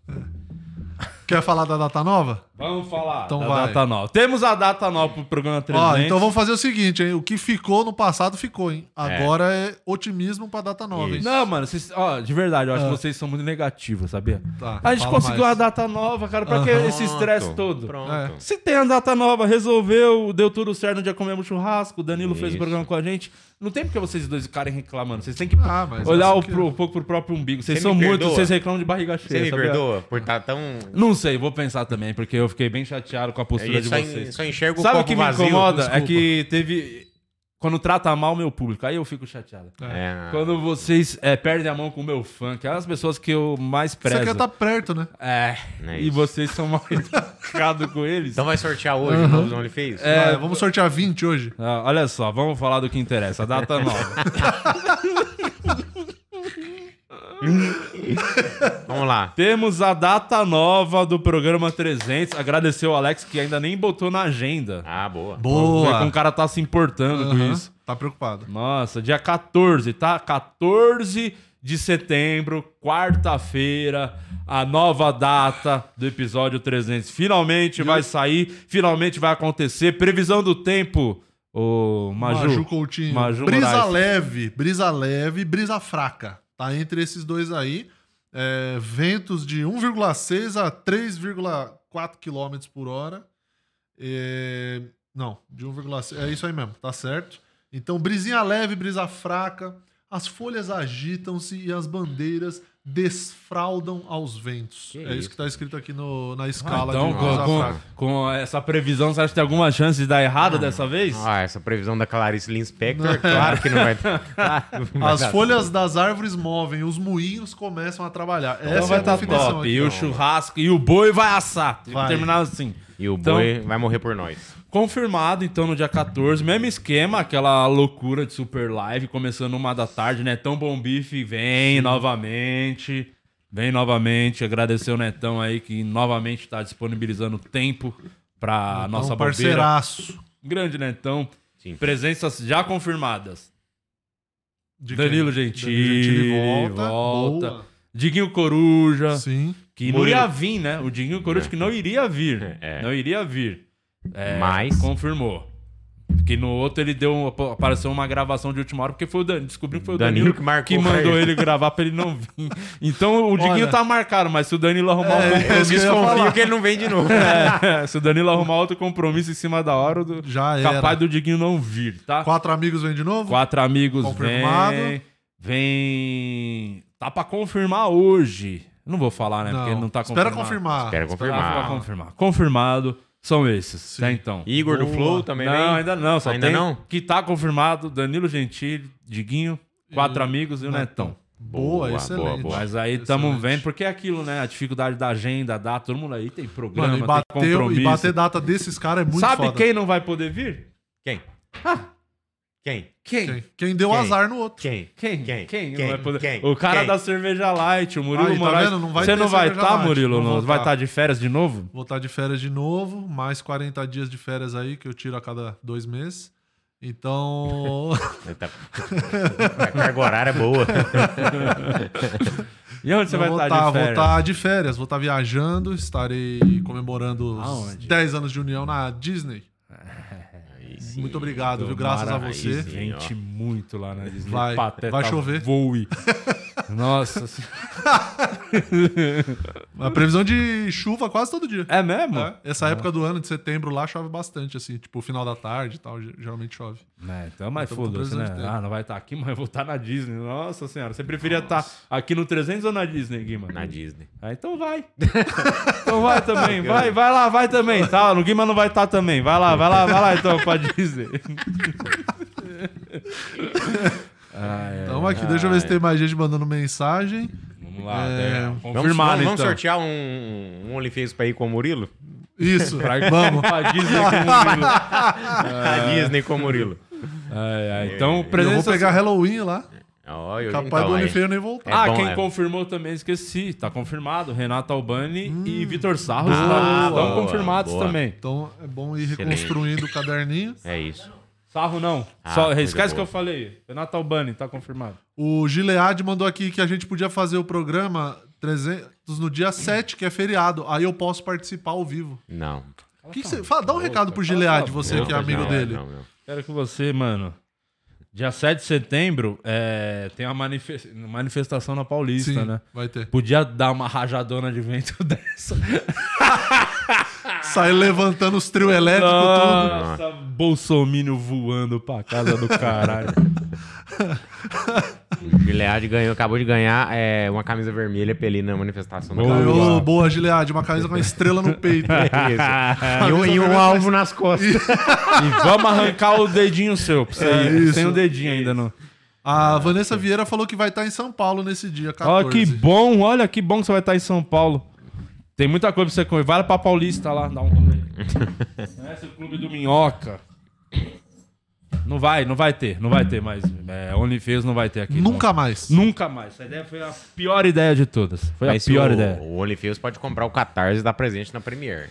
C: Quer falar da data nova?
A: Vamos falar
C: Então
A: da
C: vai.
A: data nova. Temos a data nova pro programa 300.
C: Ó, então vamos fazer o seguinte, hein? O que ficou no passado ficou, hein? Agora é, otimismo pra data nova, hein?
A: Não, mano, vocês- ó, de verdade, eu acho que vocês são muito negativos, sabia?
C: Tá,
A: a gente
C: Ah. fala
A: conseguiu
C: mais.
A: a data nova, cara, pra que esse estresse
B: Pronto,
A: todo?
B: Pronto.
C: É.
A: Se tem a data nova, resolveu, deu tudo certo no dia comemos churrasco, o Danilo fez o
B: Isso.
A: programa com a gente. Não tem porque vocês dois ficarem reclamando. Vocês têm que
C: Ah, mas
A: olhar
C: acho
A: o
C: que-
A: pro- um pouco pro próprio umbigo. Vocês
B: Você
A: são
B: me
A: muito,
B: perdoa?
A: vocês reclamam de barriga cheia.
B: Você me
A: sabia?
B: perdoa por estar tão.
A: Não sei, vou pensar também, porque eu fiquei bem chateado com a postura
B: Eu
A: de
B: só, en-
A: vocês.
B: só enxergo
A: Sabe
B: o
A: o
B: copo
A: que me
B: vazio.
A: incomoda? É
B: Desculpa.
A: que teve. Quando trata mal o meu público, aí eu fico chateado.
B: É.
A: Quando vocês é, perdem a mão com o meu fã, que é as pessoas que eu mais prezo.
C: Você quer estar perto, né?
A: É.
B: Não é
A: e
B: isso.
A: vocês são mal educados com eles.
B: Então vai sortear hoje o novo Only fez?
C: É, vamos sortear 20 hoje.
A: Ah, olha só, vamos falar do que interessa. A data nova.
B: Vamos lá.
A: Temos a data nova do programa 300. Agradecer o Alex que ainda nem botou na agenda.
B: Ah, boa.
A: Vê como o cara tá se importando com
C: Aham,
A: isso.
C: Hum. Tá preocupado.
A: Nossa, dia 14, tá? 14 de setembro, quarta-feira, a nova data do episódio 300. Finalmente vai sair, finalmente vai acontecer. Previsão do tempo, ô Maju.
C: Maju Coutinho.
A: Maju
C: brisa
A: Moraes.
C: leve, brisa leve, brisa fraca. Tá entre esses dois aí. é, ventos de 1,6 a 3,4 km por hora. É, não, de 1,6. É isso aí mesmo, tá certo? Então, brisinha leve, brisa fraca. As folhas agitam-se e as bandeiras desfraldam aos ventos. é isso,
B: isso.
C: que tá escrito aqui no- na
A: Ah,
C: escala
A: então,
C: de
A: com,
C: brisa
A: com-
C: fraca.
A: com essa previsão, você acha que tem alguma chance de dar errado dessa vez?
B: Ah, essa previsão da Clarice Linspector, claro que não vai. Claro
A: é
B: que não vai
C: As
B: dar
C: folhas das árvores movem, os moinhos começam a trabalhar.
A: Então
C: Essa
A: vai
C: é a
A: tá
C: definição
A: top.
C: aqui.
A: E o churrasco e o boi vai assar. Tem que
C: Vai.
A: terminar assim.
B: certo. E o
A: Então-
B: boi vai morrer por nós.
A: Confirmado, então, no dia 14, mesmo esquema, aquela loucura de super live, começando uma da tarde, Netão Bom Bife vem novamente, vem novamente, agradecer o Netão aí que novamente tá disponibilizando tempo pra
C: Então,
A: nossa bobeira.
C: parceiraço.
A: Grande Netão,
B: Sim.
A: presenças já confirmadas.
C: De
A: Danilo
C: quem?
A: Gentili,
C: volta.
A: volta.
C: Boa.
A: Diguinho Coruja,
C: Sim.
A: que não
B: Murilo.
A: ia vir, né? O Diguinho Coruja que não iria vir,
B: É.
A: não iria vir. É,
B: Mas.
A: Confirmou. Que no outro ele deu um- ap- apareceu uma gravação de última hora, porque foi o Dan, descobriu que foi o Danilo,
B: Danilo que marcou pra
A: mandou
B: ele.
A: ele gravar pra ele não vir. Então o Diguinho
C: Olha.
A: tá marcado, mas se o Danilo arrumar um
C: É isso que eu ia
B: Desconfio
C: falar.
B: que ele não vem de novo.
A: É, se o Danilo arrumar outro compromisso em cima da hora, do...
C: Já era.
A: capaz do Diguinho não vir, tá? Quatro,
C: Quatro amigos vem de novo?
A: amigos
C: Confirmado.
A: vem. Vem. Tá pra confirmar hoje. Não vou falar, né? Porque não tá
C: Espera
A: confirmado.
C: confirmar.
B: Quero
A: Ah, pra
B: confirmar.
A: confirmar. Confirmado são esses. Tá, então.
B: Igor do
C: Boa.
B: Flow também
A: não,
B: vem?
A: ainda não. Só
B: Ainda
A: tem
B: não?
A: que tá confirmado Danilo Gentili, Diguinho, quatro
B: Hum.
A: amigos e o
B: É,
C: Netão.
B: então.
A: Netão.
C: Boa,
B: Boa,
C: excelente.
B: boa, boa.
A: Mas aí estamos
C: Excelente.
A: vendo, porque é aquilo, né? A dificuldade da agenda, da todo mundo aí tem programa,
C: Mano, e
A: tem
C: bateu-
A: compromisso.
C: e bater data desses caras é muito
A: Sabe
C: foda.
A: quem não vai poder vir?
B: Quem?
A: Ah!
B: Quem?
A: Quem?
C: Quem? Quem deu
B: Quem?
C: azar no outro.
B: Quem?
A: Quem?
B: Quem?
A: Quem?
B: Quem?
A: não vai poder?
B: Quem?
A: O cara
B: Quem?
A: da cerveja light, o Murilo
C: Aí, tá
A: Moraes.
C: vendo? Não vai
A: Você
C: ter
A: não vai
C: cerveja
A: estar,
C: light,
A: Murilo?
C: não
A: Não
C: vou
A: vai
C: tá.
A: estar de férias de novo?
C: Vou estar de férias de novo, mais 40 dias de férias aí, que eu tiro a cada dois meses. Então,
B: Tá- A carga horária é boa.
A: E onde você
C: Eu
A: vai
C: vou
A: estar de
C: tá-
A: férias?
C: Vou estar de férias, vou estar viajando, estarei comemorando os
A: Aonde?
C: 10 anos de união na Disney. Muito obrigado, viu? Graças a
A: Tomara,
C: você.
A: aí, Gente, muito lá na Disney.
C: Vai,
A: Pateta
C: vai chover.
A: Voe. Nossa. sen-
C: A previsão de chuva quase todo dia.
A: É mesmo?
C: É, Essa época do ano, de setembro, lá chove bastante, assim, tipo, final da tarde e tal, ge- geralmente chove.
A: É, então, mas
C: Então, com
A: foda-se, né?
C: previsão de tempo.
A: Ah, não vai estar aqui, mas eu vou estar na Disney. Nossa senhora. Você preferia estar aqui no 300 ou na Disney, Guima?
B: Na Disney.
A: Ah, então vai. então vai também. Vai, vai lá, vai também. Tá, no Guima não vai estar também. Vai lá, vai lá, vai lá então pra Disney. Ai, ai.
C: Então, aqui, deixa eu ver se tem mais gente mandando mensagem.
A: Vamos lá.
C: É,
A: né?
B: Vamos,
A: Confirmado,
B: vamos, vamos
A: então.
B: sortear um, um OnlyFans pra ir com o Murilo?
C: Isso,
A: Vamos.
C: vamos.
A: pra Disney com o Guima. É.
B: A Disney Ah, com o Murilo.
A: Ai, ai. Então,
C: Eu vou
A: presença...
C: pegar Halloween lá,
B: Ó, eu-
C: capaz
B: então,
C: do
B: aí.
C: Olifeio nem voltar.
B: É
A: ah,
B: bom,
A: quem
B: é.
A: confirmou também, esqueci. Tá confirmado. Renato Albani e Vitor Sarros
B: boa,
A: tá- estão
B: Hum. Ah, boa,
A: confirmados
B: boa.
A: também.
C: Então, é bom ir
B: Excelente.
C: reconstruindo o caderninho.
B: É isso.
A: Sarro não.
B: Ah,
A: Só,
B: coisa
A: esquece que
B: boa.
A: eu falei. Renato Albani tá confirmado.
C: O Gilead mandou aqui que a gente podia fazer o programa 300 no dia 7, que é feriado. Aí eu posso participar ao vivo.
B: Não.
C: O
A: tá
C: que que você- fala, dá um recado pro Gilead, você
B: não,
C: que é amigo
B: não,
C: dele.
B: não, não.
A: Quero com você, mano. Dia 7 de setembro é, tem a manifestação na Paulista,
C: Sim,
A: né?
C: vai ter.
A: Tipo, Podia dar uma rajadona de vento dessa.
C: Sai levantando os trio elétricos, tudo.
A: Nossa, Bolsonaro voando pra casa do caralho.
B: O Gilead ganhou, acabou de ganhar é, uma camisa vermelha pra ele na manifestação do
A: Boa.
B: Cabo.
C: Ganhou, boa, Gilead, uma camisa com uma estrela no peito.
B: Isso. E um, e um alvo nas costas.
A: e vamos arrancar o dedinho seu pra você
C: É
A: ir.
C: isso.
A: Sem o dedinho ainda não.
C: A Vanessa Vieira falou que vai estar em São Paulo nesse dia, 14.
A: Olha que bom, olha que bom que você vai estar em São Paulo. Tem muita coisa pra você comer. Vai lá pra Paulista lá, dá um rolê. Conhece o clube do Minhoca. Não vai, não vai ter, não vai ter mais. É, OnlyFans não vai ter aqui.
C: Nunca mais.
A: Não. Nunca mais. Essa ideia foi a pior ideia de todas. Foi
B: Mas
A: a pior né?
B: o,
A: ideia.
B: O Olifius pode comprar o Catarse e dar presente na Premiere.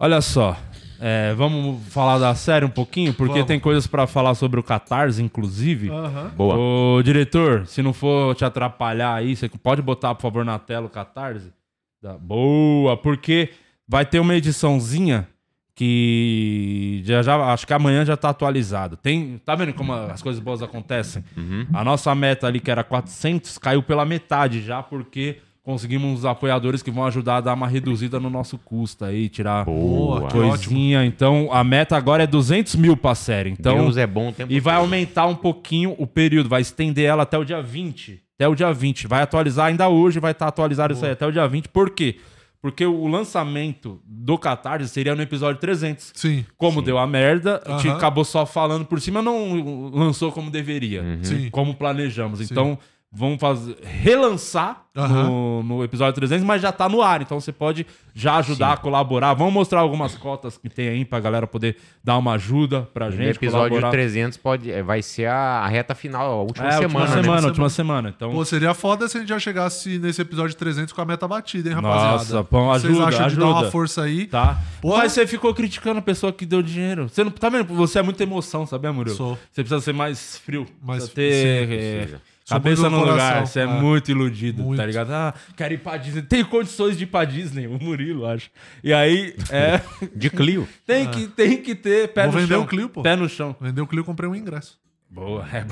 A: Olha só, é, vamos falar da série um pouquinho, porque
C: Vamos.
A: tem coisas pra falar sobre o Catarse, inclusive.
C: Aham.
B: Boa.
A: Ô, diretor, se não for te atrapalhar aí, você pode botar, por favor, na tela o Catarse? Tá, Boa, porque vai ter uma ediçãozinha que já, já- acho que amanhã já tá atualizado. Tem, tá vendo como as coisas boas acontecem?
B: Uhum.
A: A nossa meta ali, que era 400, caiu pela metade já, porque conseguimos uns apoiadores que vão ajudar a dar uma reduzida no nosso custo aí, tirar
B: Boa.
C: que
A: coisinha. Então, a meta agora é 200 mil pra série. Então,
B: Deus é bom o tempo
A: e vai
B: todo.
A: aumentar um pouquinho o período, vai estender ela até o dia 20. Até o dia 20. Vai atualizar ainda hoje, vai estar atualizado isso aí até o dia 20. Por quê? Porque o lançamento do Catarse seria no episódio 300.
C: Sim,
A: Como deu a merda, a gente
C: Aham.
A: acabou só falando por cima, não lançou como deveria,
C: Sim.
A: como planejamos. Então, vamos fazer, relançar
C: Aham.
A: no, no episódio 300, mas já tá no ar, então você pode já ajudar a colaborar. Vamos mostrar algumas cotas que tem aí pra galera poder dar uma ajuda pra
B: E
A: gente.
B: no episódio
A: colaborar.
B: 300 pode, é, vai ser a, a reta final, a última
A: É,
B: semana.
A: última semana,
B: né?
A: última semana. Então,
C: Pô, seria foda se a gente já chegasse nesse episódio 300 com a meta batida, hein, rapaziada?
A: Nossa, pão,
C: Vocês
A: ajuda,
C: acham de dar
A: ajuda.
C: uma força aí?
A: tá.
C: Porra.
A: Mas você ficou criticando a pessoa que deu dinheiro. Você não tá vendo? Você é muita emoção, sabe, Murilo?
C: Sou.
A: Você precisa ser mais frio.
C: Mais
A: precisa ter
C: frio,
A: é,
C: Sou
A: cabeça
C: muito do
A: no lugar.
C: coração,
A: Você é,
C: é.
A: muito iludido, tá
C: Muito.
A: ligado? Ah, quero ir pra Disney. Tem condições de ir pra Disney, o Murilo, acho. E aí, é,
B: De Clio.
A: tem, que, tem que ter pé
C: Ah. Vou
A: no
C: vender
A: chão.
C: o Clio, pô.
A: Pé no chão.
C: Vendeu o Clio, comprei um ingresso.
A: Boa, é, é,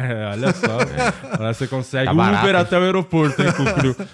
A: é, olha só. Agora você consegue um
B: Tá
A: Uber
B: barato, hein?
A: até o aeroporto, hein, Cucru?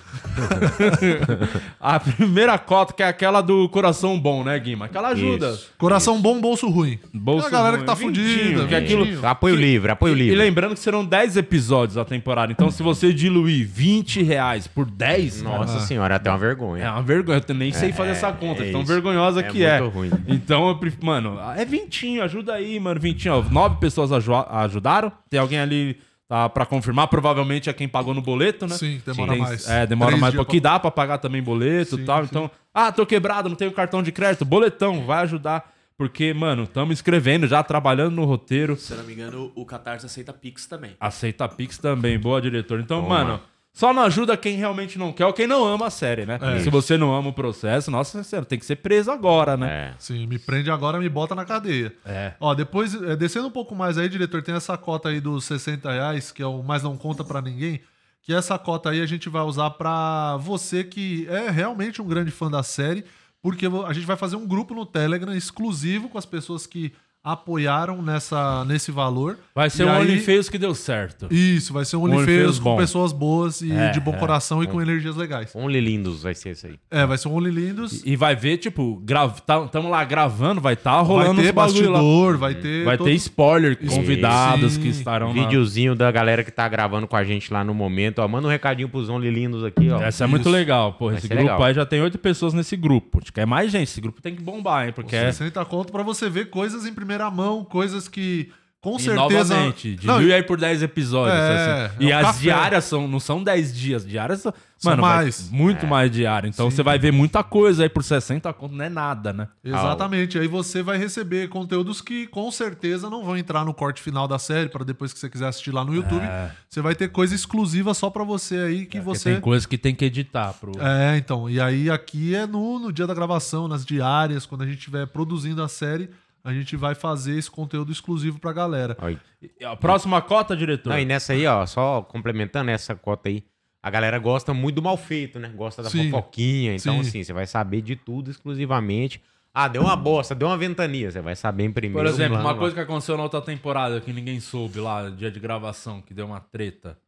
A: a primeira cota, que é aquela do coração bom, né, Guima? Aquela ajuda.
B: Isso.
C: Coração bom, bolso ruim.
A: Bolso
C: É a galera
A: ruim,
C: que tá
A: vintinho,
C: fudida.
A: que é aquilo-
C: vintinho.
B: Apoio livre, apoio
A: E,
B: livre.
A: lembrando que serão 10 episódios a temporada. Então, se você diluir 20 reais por 10, cara,
B: Nossa senhora, até uma vergonha.
A: é uma vergonha. Eu nem sei fazer
B: É,
A: essa conta.
B: é
A: tão
B: isso.
A: vergonhosa
B: É
A: que é.
B: muito ruim.
A: Então, eu pref- mano, é vintinho. Ajuda aí, mano. Vintinho. Ó, nove pessoas aju- ajudaram. Tem alguém ali tá, pra confirmar. Provavelmente é quem pagou no boleto, né?
C: Sim, demora
A: Tem-
C: mais.
A: É, demora
C: Três
A: mais um
C: dias
A: pouquinho. Dá pra pagar também boleto e
C: Sim,
A: tal.
C: sim.
A: Então, ah, tô quebrado, não tenho cartão de crédito. Boletão, vai ajudar. Porque, mano, tamo escrevendo já, trabalhando no roteiro.
F: Se eu não me engano, o Catarse aceita Pix também.
A: Aceita Pix também, boa diretor. Então, mano, só não ajuda quem realmente não quer ou quem não ama a série, né?
C: É.
A: Se você não ama o processo, nossa, você tem que ser preso agora, né?
B: É.
C: Sim, me prende agora, me bota na cadeia.
A: É.
C: Ó, depois, é, descendo um pouco mais aí, diretor, tem essa cota aí dos 60 reais, que é o mais não conta pra ninguém, que essa cota aí a gente vai usar pra você que é realmente um grande fã da série, porque vo- a gente vai fazer um grupo no Telegram exclusivo com as pessoas que apoiaram nessa, nesse valor.
A: Vai ser
C: E
A: um
C: aí-
A: OnlyFans que deu certo.
C: Isso, vai ser um
A: OnlyFans
C: OnlyFans com
A: bom.
C: pessoas boas e
A: É,
C: de bom
A: é.
C: coração e com energias legais.
B: Only Lindos Um vai ser isso aí.
C: É, vai ser um Only Lindos.
A: E vai ver, tipo, grav... tá, tamo lá gravando, vai tá
C: Vai
A: rolando
C: ter
A: os bagulho lá.
C: bastidor, vai ter.
A: Vai
C: todo-
A: ter spoiler, convidados
C: Sim.
A: que estarão na-
B: Videozinho da galera que tá gravando com a gente lá no momento. Ó, manda um recadinho pros Only Lindos aqui, ó.
A: Essa é muito
C: Isso.
A: legal, pô.
B: Vai
A: Esse
B: ser
A: grupo
B: legal.
A: aí já tem oito pessoas nesse grupo. A gente quer mais gente. Esse grupo tem que bombar, hein? Porque é
C: 60 conto pra você ver coisas em primeira mão, coisas que com
A: E
C: certeza.
A: novamente, de
C: Não,
A: mil aí por 10 episódios.
C: É,
A: assim.
C: é
A: e
C: um
A: as
C: café.
A: diárias são, não são 10 dias, diárias são,
C: São
A: mano, vai-
C: mais.
B: É.
A: muito mais diária. Então você vai ver muita coisa aí por 60 conto, não é nada, né?
C: Exatamente. Aí você vai receber conteúdos que com certeza não vão entrar no corte final da série, pra depois que você quiser assistir lá no YouTube, você vai ter coisa exclusiva só pra você aí que
A: Porque
C: você
A: tem coisa É. que tem que editar pro.
C: É, então. E aí aqui é no, no dia da gravação, nas diárias, quando a gente estiver produzindo a série, a gente vai fazer esse conteúdo exclusivo pra galera.
B: Ó, e-
A: E A próxima cota, diretor.
B: Não, e nessa aí, ó, só complementando essa cota aí, a galera gosta muito do mal feito, né? Gosta da
C: Sim.
B: fofoquinha. Então,
C: Sim.
B: assim, você vai saber de tudo exclusivamente. Ah, deu uma bosta, deu uma ventania. Você vai saber em primeiro.
A: por exemplo,
B: plano
A: uma
B: lá.
A: coisa que aconteceu na outra temporada que ninguém soube lá, dia de gravação, que deu uma treta.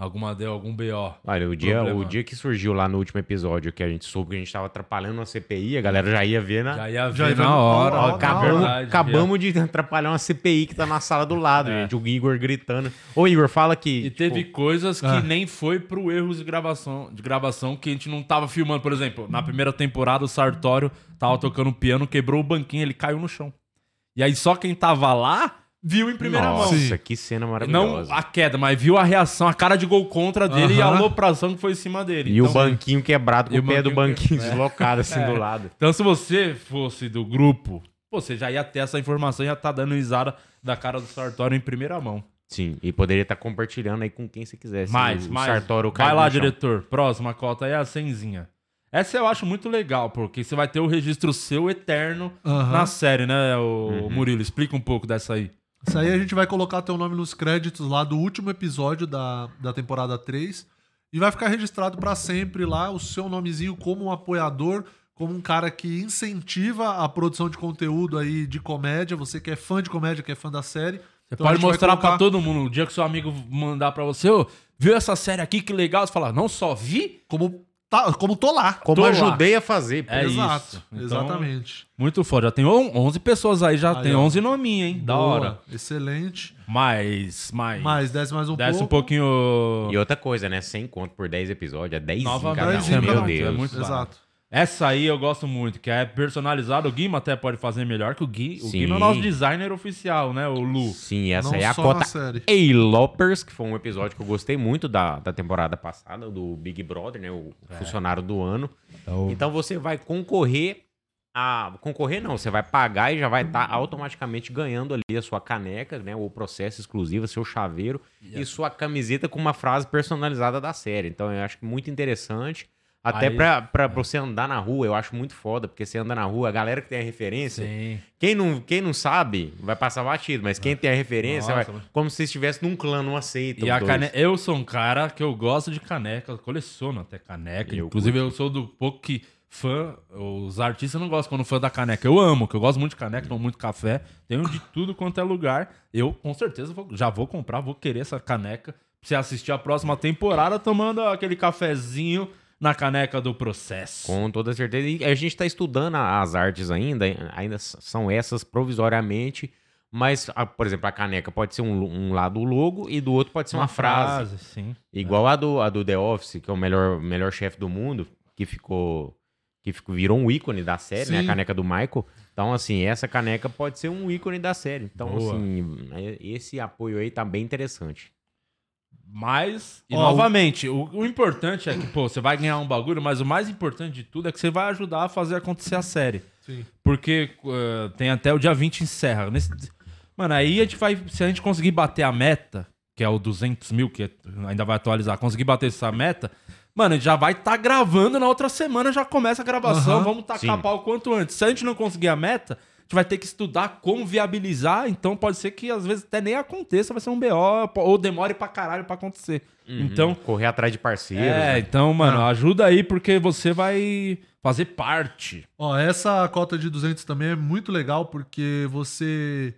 A: Alguma deu algum BO.
B: Olha, o dia, o
A: Problema.
B: dia que surgiu lá no último episódio que a gente soube que a gente tava atrapalhando uma CPI, a galera já ia ver na.
A: Já ia ver
C: Já ia ver
A: na
C: na
A: hora.
C: hora,
A: na
B: acabamos
A: verdade,
B: Ah.
A: É.
B: acabamos de atrapalhar uma CPI que tá na sala do lado, gente. O Igor gritando. Ô, Igor, fala que.
A: E
B: tipo,
A: teve coisas que
C: Ah.
A: nem foi pro erros de gravação, de gravação que a gente não tava filmando. Por exemplo, na primeira temporada o Sartório tava tocando piano, quebrou o banquinho, ele caiu no chão. E aí só quem tava lá viu em primeira
B: Nossa,
A: mão.
B: que cena
A: Não
B: maravilhosa.
A: a queda, mas viu a reação, a cara de gol contra dele e a
C: Aham.
A: alopração que foi em cima dele. Então,
B: E o banquinho quebrado, com
A: E
B: o
A: o
B: pé do
A: banquinho que- É.
B: banquinho deslocado assim do lado.
A: Então, se você fosse do grupo, pô, você já ia ter essa informação e já tá dando risada da cara do Sartório em primeira mão.
B: Sim, e poderia estar compartilhando aí com quem você quisesse.
A: Mais,
B: o
A: mais.
B: Sartório
A: vai
B: caiu
A: lá,
B: no chão.
A: diretor. Próxima cota é a cenzinha. Essa eu acho muito legal, porque você vai ter o registro seu eterno
C: Aham.
A: na série, né, o
B: Uhum.
A: Murilo? Explica um pouco dessa aí.
C: Isso aí a gente vai colocar teu nome nos créditos lá do último episódio da, da temporada 3. E vai ficar registrado pra sempre lá o seu nomezinho como um apoiador, como um cara que incentiva a produção de conteúdo aí de comédia. Você que é fã de comédia, que é fã da série.
A: Você
C: Então a
A: pode
C: gente vai
A: mostrar pra
C: colocar
A: todo mundo. O dia que seu amigo mandar pra você, ô, viu essa série aqui, que legal. Você fala, não só vi,
C: Como, tá, como tô lá.
B: Como
A: Tô lá.
B: ajudei a fazer. pô.
A: É
C: Exato,
A: isso. Então-
C: exatamente.
A: muito foda. Já tem on- 11 pessoas aí, já
C: Aí,
A: tem
C: ó.
A: 11 nominhos, hein? Da
C: Boa,
A: hora.
C: Excelente.
A: Mas, mas...
C: Mais, desce mais um
A: desce
C: pouco.
A: um pouquinho...
B: E outra coisa, né? 100 conto por 10 episódios. É 10 em
A: Novamente,
B: cada
A: é
B: um, meu
A: muito, é
B: Deus.
A: muito barato.
C: Exato.
A: Essa aí eu gosto muito, que é personalizada. O Guima até pode fazer melhor que o Gui. O
B: Sim.
A: Guima é o nosso designer oficial, né? O Lu.
B: Sim, essa
C: Não
B: aí é a
C: só
B: cota
C: na série.
B: Ei Lopers, que foi um episódio que eu gostei muito da, da temporada passada, do Big Brother, né? O funcionário do ano. Então você vai concorrer a. Concorrer não, você vai pagar e já vai estar automaticamente ganhando ali a sua caneca, né? O processo exclusivo, seu chaveiro e sua camiseta com uma frase personalizada da série. Então eu acho que muito interessante. Até
A: Aí-
B: pra, pra você andar na rua, eu acho muito foda, porque você anda na rua, a galera que tem a referência,
A: Sim.
B: quem não, quem não sabe vai passar batido, mas quem tem a referência
A: Ah. Nossa,
B: vai.
A: mano.
B: Como se estivesse num clã, numa seita.
A: E
B: os
A: a
B: dois.
A: cane... Eu sou um cara que eu gosto de caneca, eu coleciono até caneca.
B: Eu
A: Inclusive, eu sou do pouco que fã. Os artistas não gostam quando fã da caneca. Eu amo, que eu gosto muito de caneca, tomo muito café, tenho de tudo quanto é lugar. Eu com certeza vou- já vou comprar, vou querer essa caneca pra você assistir a próxima temporada tomando aquele cafezinho na caneca do processo.
B: Com toda certeza. E a gente está estudando a- as artes ainda, ainda s- são essas provisoriamente. Mas, a- por exemplo, a caneca pode ser um, lo- um lado o logo e do outro pode ser uma,
A: né?
B: frase.
A: sim.
B: Igual a do, a do The Office, que é o melhor, melhor chefe do mundo, que ficou. que ficou, virou um ícone da série, né? A
C: Sim.
B: caneca do Michael. Então, assim, essa caneca pode ser um ícone da série. Então,
A: Boa.
B: assim, é- esse apoio aí tá bem interessante.
A: Mas, e
C: Ó,
A: novamente, o... o importante é que, pô, você vai ganhar um bagulho, mas o mais importante de tudo é que você vai ajudar a fazer acontecer a série.
C: Sim.
A: Porque eh, tem até o dia 20 encerra. Nesse- Mano, aí a gente vai. Se a gente conseguir bater a meta, que é o 200 mil, que ainda vai atualizar, conseguir bater essa meta, mano, a gente já vai estar gravando na outra semana, já começa a gravação,
C: Aham.
A: vamos tacar
B: Sim.
A: pau o quanto antes. Se a gente não conseguir a meta, a gente vai ter que estudar como viabilizar, então pode ser que às vezes até nem aconteça, vai ser um BO, ou demore pra caralho pra acontecer. Então,
B: correr atrás de parceiros.
A: é,
B: Uhum. né?
A: então, mano, ajuda aí, porque você vai fazer parte.
C: Ó, essa cota de 200 também é muito legal porque você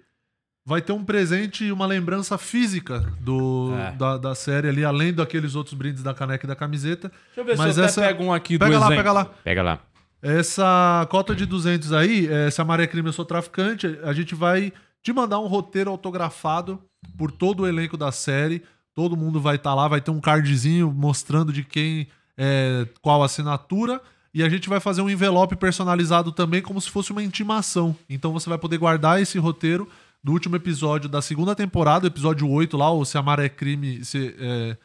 C: vai ter um presente e uma lembrança física do,
A: É.
C: da, da série ali, além daqueles outros brindes da caneca e da camiseta.
A: Deixa eu ver
C: Mas
A: se eu
C: essa-
A: até pego um aqui do
C: Pega lá,
A: exemplo.
C: pega lá.
B: Pega lá.
C: Essa cota de 200 aí, eh, se a Maria é crime eu sou traficante, a gente vai te mandar um roteiro autografado por todo o elenco da série. Todo mundo vai estar lá, vai ter um cardzinho mostrando de quem é qual assinatura. E a gente vai fazer um envelope personalizado também, como se fosse uma intimação. Então você vai poder guardar esse roteiro do último episódio da segunda temporada, episódio 8 lá, ou Se Amar é Crime, se, eh,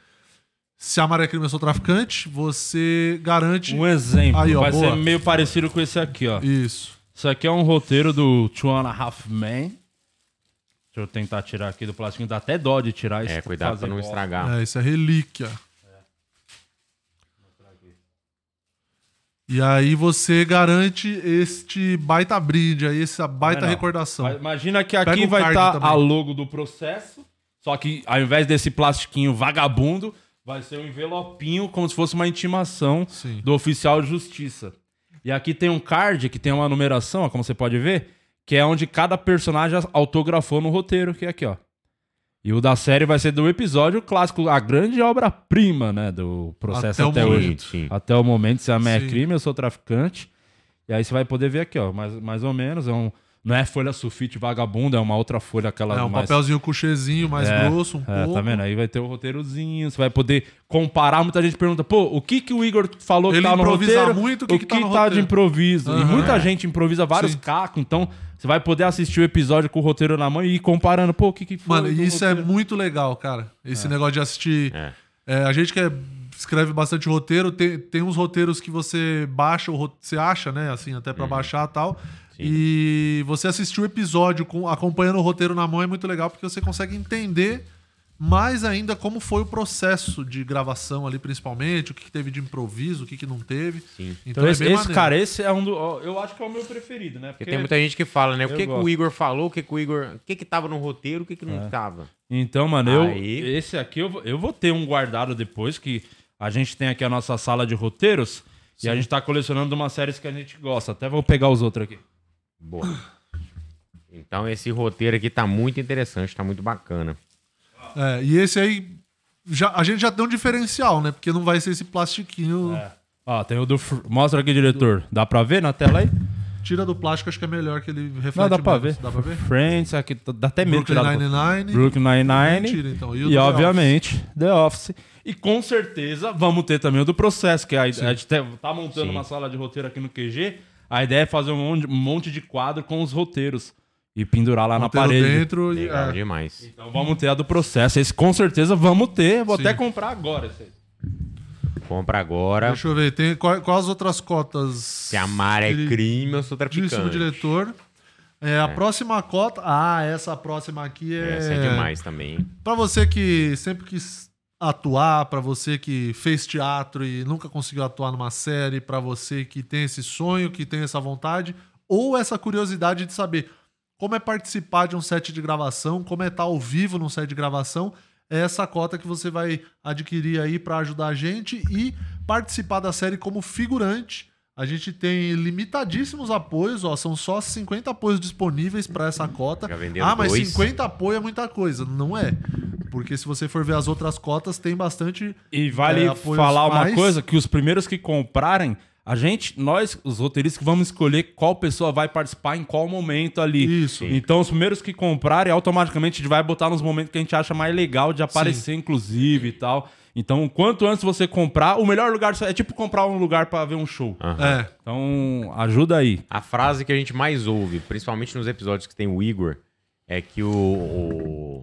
C: se Amar é Crime Eu Sou Traficante, você garante...
A: Um exemplo.
C: Aí, ó,
A: vai
C: boa.
A: ser meio parecido com esse aqui, ó.
C: Isso.
A: Isso aqui é um roteiro do Two and a Half Men. Deixa eu tentar tirar aqui do plastiquinho. Dá até dó de tirar isso.
B: É, cuidado pra não estragar.
A: Ah.
C: É, isso é relíquia. E aí você garante este baita brinde aí, essa baita
A: Vai não.
C: recordação.
A: Mas Imagina que
C: Pega
A: aqui
C: um
A: vai
C: card
A: estar
C: também.
A: a logo do processo. Só que ao invés desse plastiquinho vagabundo, vai ser um envelopinho como se fosse uma intimação
C: Sim.
A: do oficial de justiça. E aqui tem um card que tem uma numeração, ó, como você pode ver, que é onde cada personagem autografou no roteiro, que é aqui, ó. E o da série vai ser do episódio clássico, a grande obra-prima, né? Do processo
C: Até o
A: até,
C: momento.
A: hoje. Até o momento, se a mãe
C: Sim.
A: é crime, eu sou traficante. E aí você vai poder ver aqui, ó, mais, mais ou menos. É um, não é folha sulfite vagabunda, é uma outra folha, aquela
C: É, um
A: mais...
C: papelzinho couchezinho mais grosso, um
A: É,
C: pouco.
A: tá vendo? Aí vai ter o roteirozinho, você vai poder comparar. Muita gente pergunta, pô, o que, que o Igor falou que
C: Ele
A: tá no
C: improvisa
A: roteiro?
C: muito,
A: o que, que, tá,
C: no
A: de
C: roteiro?
A: improviso? E
C: Aham.
A: muita gente improvisa vários
C: Sim.
A: cacos, então você vai poder assistir o episódio com o roteiro na mão e ir comparando, pô, o que que foi?
C: Mano,
A: do
C: e isso é
A: roteiro?
C: muito legal, cara. Esse negócio de assistir.
B: É.
C: É, a gente que é- escreve bastante roteiro, tem, tem uns roteiros que você baixa, o ro- você acha, né? Assim, até
A: Uhum.
C: pra baixar e tal. E você assistir o episódio com- acompanhando o roteiro na mão é muito legal, porque você consegue entender mais ainda como foi o processo de gravação ali, principalmente, o que, que teve de improviso, o que, que não teve.
A: Então,
C: é
A: esse,
C: bem
A: esse,
C: maneiro.
A: cara, esse é um do. ó, Eu acho que é o meu preferido, né?
B: Porque tem muita gente que fala, né? O
A: Eu
B: que, que o
A: gosto. É.
B: Igor falou, o que, que o Igor. O que, que tava no roteiro, o que, que não tava.
A: Então, mano, eu,
B: Aí.
A: esse aqui eu, vou- eu vou ter um guardado depois, que a gente tem aqui a nossa sala de roteiros e a gente tá colecionando umas séries que a gente gosta. Até vou pegar os outros aqui.
B: Boa. Então esse roteiro aqui tá muito interessante, tá muito bacana.
C: É, e esse aí, já, a gente já tem um diferencial, né? Porque não vai ser esse plastiquinho.
A: É. Ó, tem o do. Fr- Mostra aqui, diretor. Dá pra ver na tela aí?
C: Tira do plástico, acho que é melhor que ele reflete
A: Não, dá pra ver.
C: menos. Dá pra ver?
A: Friends, aqui tá- dá até medo
C: Brooklyn
A: tirar do-
C: Nine-Nine.
A: Brooklyn Nine-Nine.
C: Mentira, então. E o
A: E,
C: do The
A: obviamente, The Office. E com certeza vamos ter também o do processo, que a, a gente tá tá montando
B: Sim.
A: uma sala de roteiro aqui no QG. A ideia é fazer um monte, um monte de quadro com os roteiros e pendurar lá
C: Roteiro
A: na parede.
C: dentro e-
B: Legal
C: é.
B: demais.
A: Então vamos ter a do processo. Esse com certeza vamos ter. Vou
C: Sim.
A: até comprar agora esse aí.
B: Compra agora.
C: Deixa eu ver, tem qual, qual as outras cotas? Se
B: Se amar é crime, eu sou
C: Digníssimo
B: traficante.
C: diretor. É, a próxima cota. Ah, essa próxima aqui é.
B: Essa é demais também.
C: Pra você que sempre quis atuar, pra você que fez teatro e nunca conseguiu atuar numa série, pra você que tem esse sonho, que tem essa vontade, ou essa curiosidade de saber como é participar de um set de gravação, como é estar ao vivo num set de gravação, é essa cota que você vai adquirir aí pra ajudar a gente e participar da série como figurante. A gente tem limitadíssimos apoios, ó, são só 50 apoios disponíveis pra essa cota.
B: Já venderam
C: Ah, mas
B: dois.
C: 50 apoio é muita coisa, não é? Porque se você for ver as outras cotas, tem bastante.
A: E vale
C: É, apoios
A: falar uma
C: mais-
A: coisa, que os primeiros que comprarem, a gente, nós, os roteiristas, que vamos escolher qual pessoa vai participar em qual momento ali.
C: Isso.
A: Então, os primeiros que comprarem, automaticamente a gente vai botar nos momentos que a gente acha mais legal de aparecer, inclusive, e tal. Então, quanto antes você comprar, o melhor lugar é tipo comprar um lugar pra ver um show.
C: É.
A: Então, ajuda aí.
B: A frase que a gente mais ouve, principalmente nos episódios que tem o Igor, é que o. o-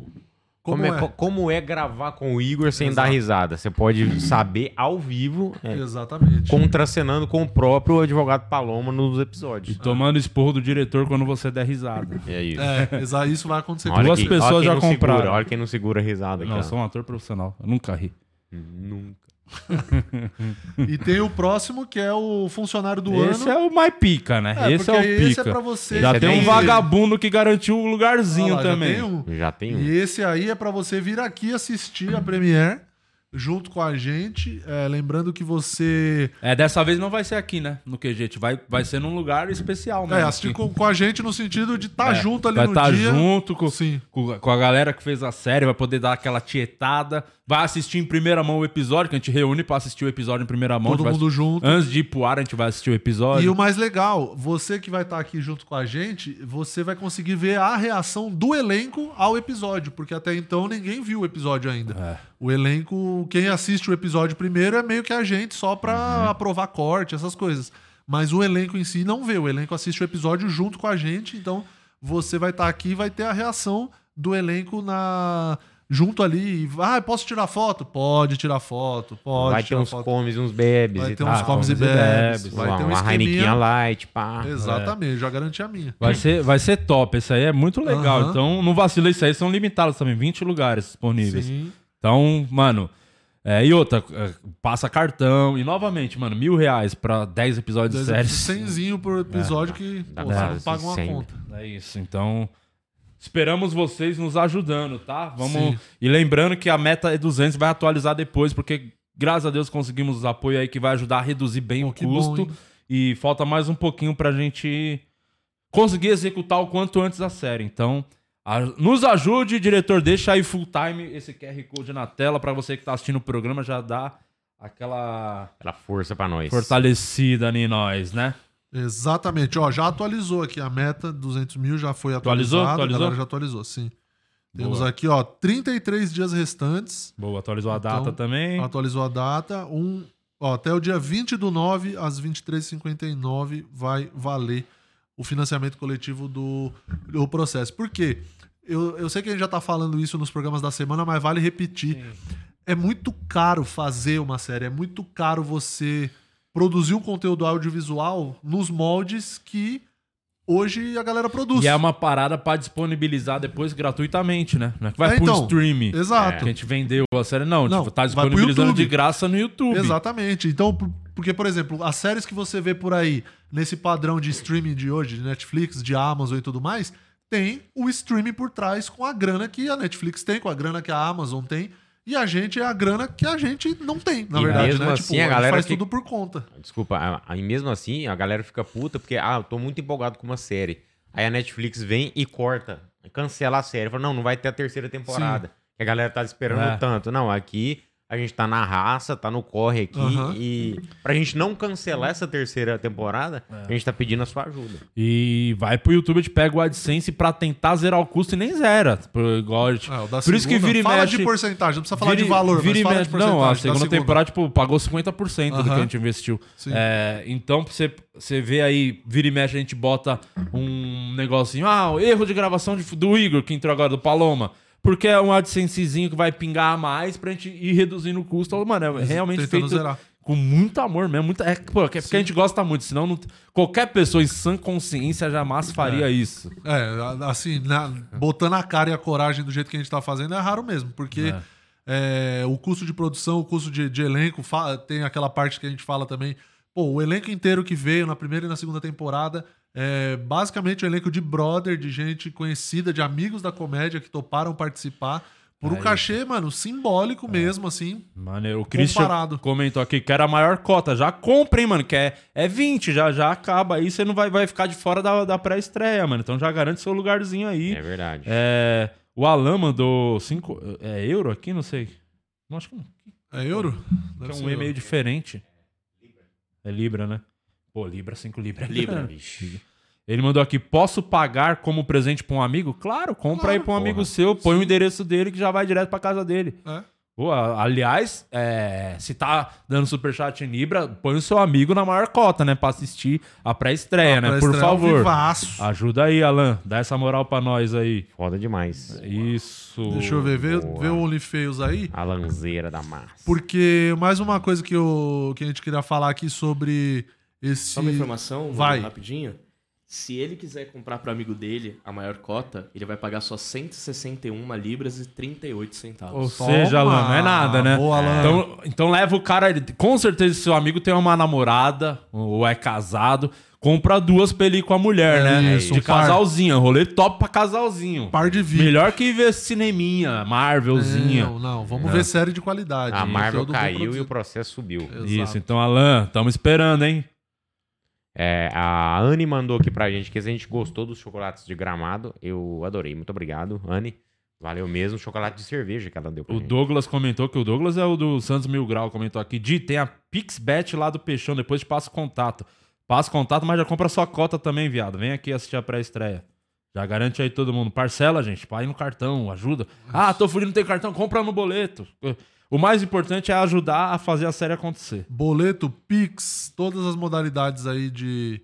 C: Como
B: Como, é?
C: é?
B: co- como é gravar com o Igor sem dar risada? Você pode saber ao vivo, é,
C: Exatamente.
B: contracenando com o próprio advogado Paloma nos episódios.
A: Tomando esporro do diretor quando você der risada.
B: É isso.
C: É, exa- isso vai acontecer.
B: Olha
A: Duas
B: quem-
A: pessoas
B: olha quem
A: já
B: não segura,
A: compraram.
B: olha quem não segura a risada aqui.
A: Não, eu
B: ó.
A: sou um ator profissional. Eu nunca ri.
B: Nunca.
C: E tem o próximo, que é o funcionário do
A: Esse
C: ano.
A: é o mais pica, né?
C: É,
A: esse é
C: porque
A: o
C: esse
A: pica.
C: é pra você
A: Já
B: que
A: tem um
B: tem-
A: vagabundo que garantiu o lugarzinho
C: Olha lá, já
A: também.
C: tem um.
B: Já tem um.
C: E esse aí é pra você vir aqui assistir a Premiere junto com a gente. É, lembrando que você.
A: É, dessa vez não vai ser aqui, né? No QG. Vai, vai ser num lugar especial, né?
C: É, assistir com, com a gente no sentido de estar junto ali
A: É, vai
C: no
A: estar
C: dia.
A: junto um com,
C: Sim.
A: com, com a galera que fez a série, vai poder dar aquela tietada, vai assistir em primeira mão o episódio, que a gente reúne pra assistir o episódio em primeira mão.
C: Todo
A: a gente vai
C: mundo
A: assistir-
C: junto.
A: Antes de ir pro ar, a gente vai assistir o episódio.
C: E o mais legal, você que vai estar aqui junto com a gente, você vai conseguir ver a reação do elenco ao episódio, porque até então ninguém viu o episódio ainda.
B: É.
C: O elenco, quem assiste o episódio primeiro é meio que a gente, só
B: Uhum.
C: pra aprovar corte, essas coisas. Mas o elenco em si não vê, o elenco assiste o episódio junto com a gente, então você vai estar aqui e vai ter a reação do elenco na junto ali. Ah, posso tirar foto? Pode tirar foto, pode
B: Vai ter
C: tirar
B: uns
C: foto.
B: comes e uns bebes.
C: Vai
B: e
C: ter
B: tal.
C: uns comes e
A: comes e
C: bebes,
A: bebes,
C: vai ter um
B: uma
C: esqueminha
B: Heinequinha light, pá.
C: Exatamente, já garanti a minha.
A: Vai ser, vai ser top, esse aí é muito legal.
C: Aham.
A: Então, não vacila isso aí, são limitados também, 20 lugares disponíveis.
C: Sim.
A: Então, mano, é, e outra, é, passa cartão, e novamente, mano, mil reais pra 10 episódios de série.
C: 100zinho por episódio que
B: É. Dá
C: pô,
B: pra
C: você não paga
B: fazer
C: uma
B: cem.
C: conta.
A: É isso, então. Esperamos vocês nos ajudando, tá? Vamos.
C: Sim.
A: E lembrando que a meta é 200, vai atualizar depois, porque graças a Deus conseguimos os apoio aí que vai ajudar a reduzir bem o
C: que bom,
A: custo.
C: hein?
A: e falta mais um pouquinho pra gente conseguir executar o quanto antes a série. Então, A- Nos ajude, diretor, deixa aí full time esse QR Code na tela pra você que tá assistindo o programa já dar aquela
B: Aquela força pra nós.
A: fortalecida em nós, né?
C: Exatamente. Ó, já atualizou aqui a meta, 200 mil já foi
A: Atualizou?
C: atualizada.
A: Atualizou?
C: A galera já atualizou, sim. Temos
A: Boa.
C: aqui, ó, 33 dias restantes.
A: Boa, atualizou a
C: Então,
A: data também.
C: Atualizou a data. Um, ó, até o dia 20 do 9, às 23h59, vai valer o financiamento coletivo do, do processo. Por quê? Eu, eu sei que a gente já tá falando isso nos programas da semana, mas vale repetir. É muito caro fazer uma série, é muito caro você produzir um conteúdo audiovisual nos moldes que hoje a galera produz.
A: E é uma parada pra disponibilizar depois gratuitamente, né? Não é que vai
C: É,
A: pro
C: então.
A: streaming.
C: Exato.
A: Que a gente vendeu a série. Não,
C: Não,
A: tipo, tá
C: vai pro
A: disponibilizando
C: YouTube.
A: de graça no YouTube.
C: Exatamente. Então, por- porque, por exemplo, as séries que você vê por aí, nesse padrão de streaming de hoje, de Netflix, de Amazon e tudo mais, tem o streaming por trás com a grana que a Netflix tem, com a grana que a Amazon tem. E a gente é a grana que a gente não tem, na
B: E
C: verdade,
B: mesmo
C: né?
B: assim, a galera
C: faz
B: fica-
C: tudo por conta.
B: Desculpa, a- aí mesmo assim a galera fica puta porque, ah, eu tô muito empolgado com uma série. Aí a Netflix vem e corta, cancela a série. Fala, não, não vai ter a terceira temporada. Que a galera tá esperando
A: É.
B: tanto. Não, aqui a gente tá na raça, tá no corre aqui.
C: Aham.
B: E pra gente não cancelar essa terceira temporada, a gente tá pedindo a sua ajuda.
A: E vai pro YouTube, a gente pega o AdSense pra tentar zerar o custo e nem zera. Por, igual a gente-
C: É, o da
A: Por isso que
C: segunda-
A: vira e
C: Fala
A: mexe.
C: de porcentagem, não precisa falar
A: vira
C: de
A: e-
C: valor,
A: vira e
C: mas fala de
A: mexe.
C: porcentagem. tá
A: Não, a
C: da
A: segunda, temporada, tipo, pagou 50% do que a
C: Aham.
A: gente investiu.
C: Sim.
A: É, então, pra você, você vê aí, vira e mexe, a gente bota um negocinho. Ah, o erro de gravação de- do Igor, que entrou agora, do Paloma. Porque é um AdSensezinho que vai pingar a mais pra gente ir reduzindo o custo. Mano, é realmente
C: Tentando
A: feito
C: zerar.
A: com muito amor mesmo. Muita, é, pô, é porque a gente gosta muito, senão não- qualquer pessoa em sã consciência jamais faria isso.
C: É, a- assim, na- botando a cara e a coragem do jeito que a gente tá fazendo é raro mesmo, porque é, o custo de produção, o custo de, de elenco, fa- tem aquela parte que a gente fala também. Pô, o elenco inteiro que veio na primeira e na segunda temporada é basicamente um elenco de brother, de gente conhecida, de amigos da comédia que toparam participar.
A: É
C: Por um cachê, mano, simbólico mesmo, assim.
A: Maneiro. O Christian
C: Comparado.
A: comentou aqui que era a maior cota. Já comprem, mano, que é, é 20, já, já acaba aí. Você não vai, vai ficar de fora da, da pré-estreia, mano. Então já garante seu lugarzinho aí.
B: É verdade.
A: É, o Alan mandou 5 é, euro aqui, não sei. Não acho que não.
C: É euro?
A: Que
C: Deve
A: é
C: ser
A: um e
C: euro.
A: meio diferente. É Libra, né? Pô, Libra, 5 Libra.
F: Libra.
A: Ele mandou aqui, posso pagar como presente pra um amigo? Claro, compra aí pra um amigo
B: Porra.
A: seu, põe o endereço dele que já vai direto pra casa dele.
C: É.
A: Pô, a- aliás, é, se tá dando superchat em Libra, põe o seu amigo na maior cota, né? Pra assistir a pré-estreia, né? Por
C: Pré-estreia ao
A: favor. Ah,
C: vivaço.
A: Ajuda aí, Alan. Dá essa moral pra nós aí.
B: Foda demais.
A: É. Isso.
C: Deixa eu ver, vê,
B: Boa.
C: vê o OnlyFeios aí.
B: A lanzeira da massa.
C: Porque mais uma coisa que, eu, que a gente queria falar aqui sobre esse.
F: Só uma informação, mano,
C: Vai.
F: rapidinho. Se ele quiser comprar pro amigo dele a maior cota, ele vai pagar só 161 libras e 38
A: Ou
F: centavos.
A: seja, Alan, não é nada, né?
C: Boa, Alan.
A: Então, então leva o cara. ele- Com certeza, seu amigo tem uma namorada ou é casado. Compra duas pra ele ir com a mulher,
C: É
A: né?
C: isso,
A: de
C: um par.
A: casalzinho. Rolê top pra casalzinho.
C: Par de vídeo.
A: Melhor que ver cineminha, Marvelzinha.
C: Não, não. Vamos
A: É.
C: ver série de qualidade.
B: A Marvel
C: Conteúdo bem
B: caiu e o
C: produzido.
B: processo subiu.
A: Isso,
C: É, Exato.
A: então, Alan, tamo esperando, hein?
B: É, a Anne mandou aqui pra gente que se a gente gostou dos chocolates de gramado. Eu adorei. Muito obrigado, Anne. Valeu mesmo. Chocolate de cerveja que ela deu pra
A: O
B: gente.
A: Douglas comentou que o Douglas é o do Santos Mil Grau, comentou aqui. Di, tem a PixBet lá do Peixão, depois te passa o contato. Passa o contato, mas já compra sua cota também, viado. Vem aqui assistir a pré-estreia. Já garante aí todo mundo. Parcela, gente. Pai no cartão, ajuda. Ah, tô fugindo, não tem cartão, compra no boleto. O mais importante é ajudar a fazer a série acontecer.
C: Boleto, Pix, todas as modalidades aí de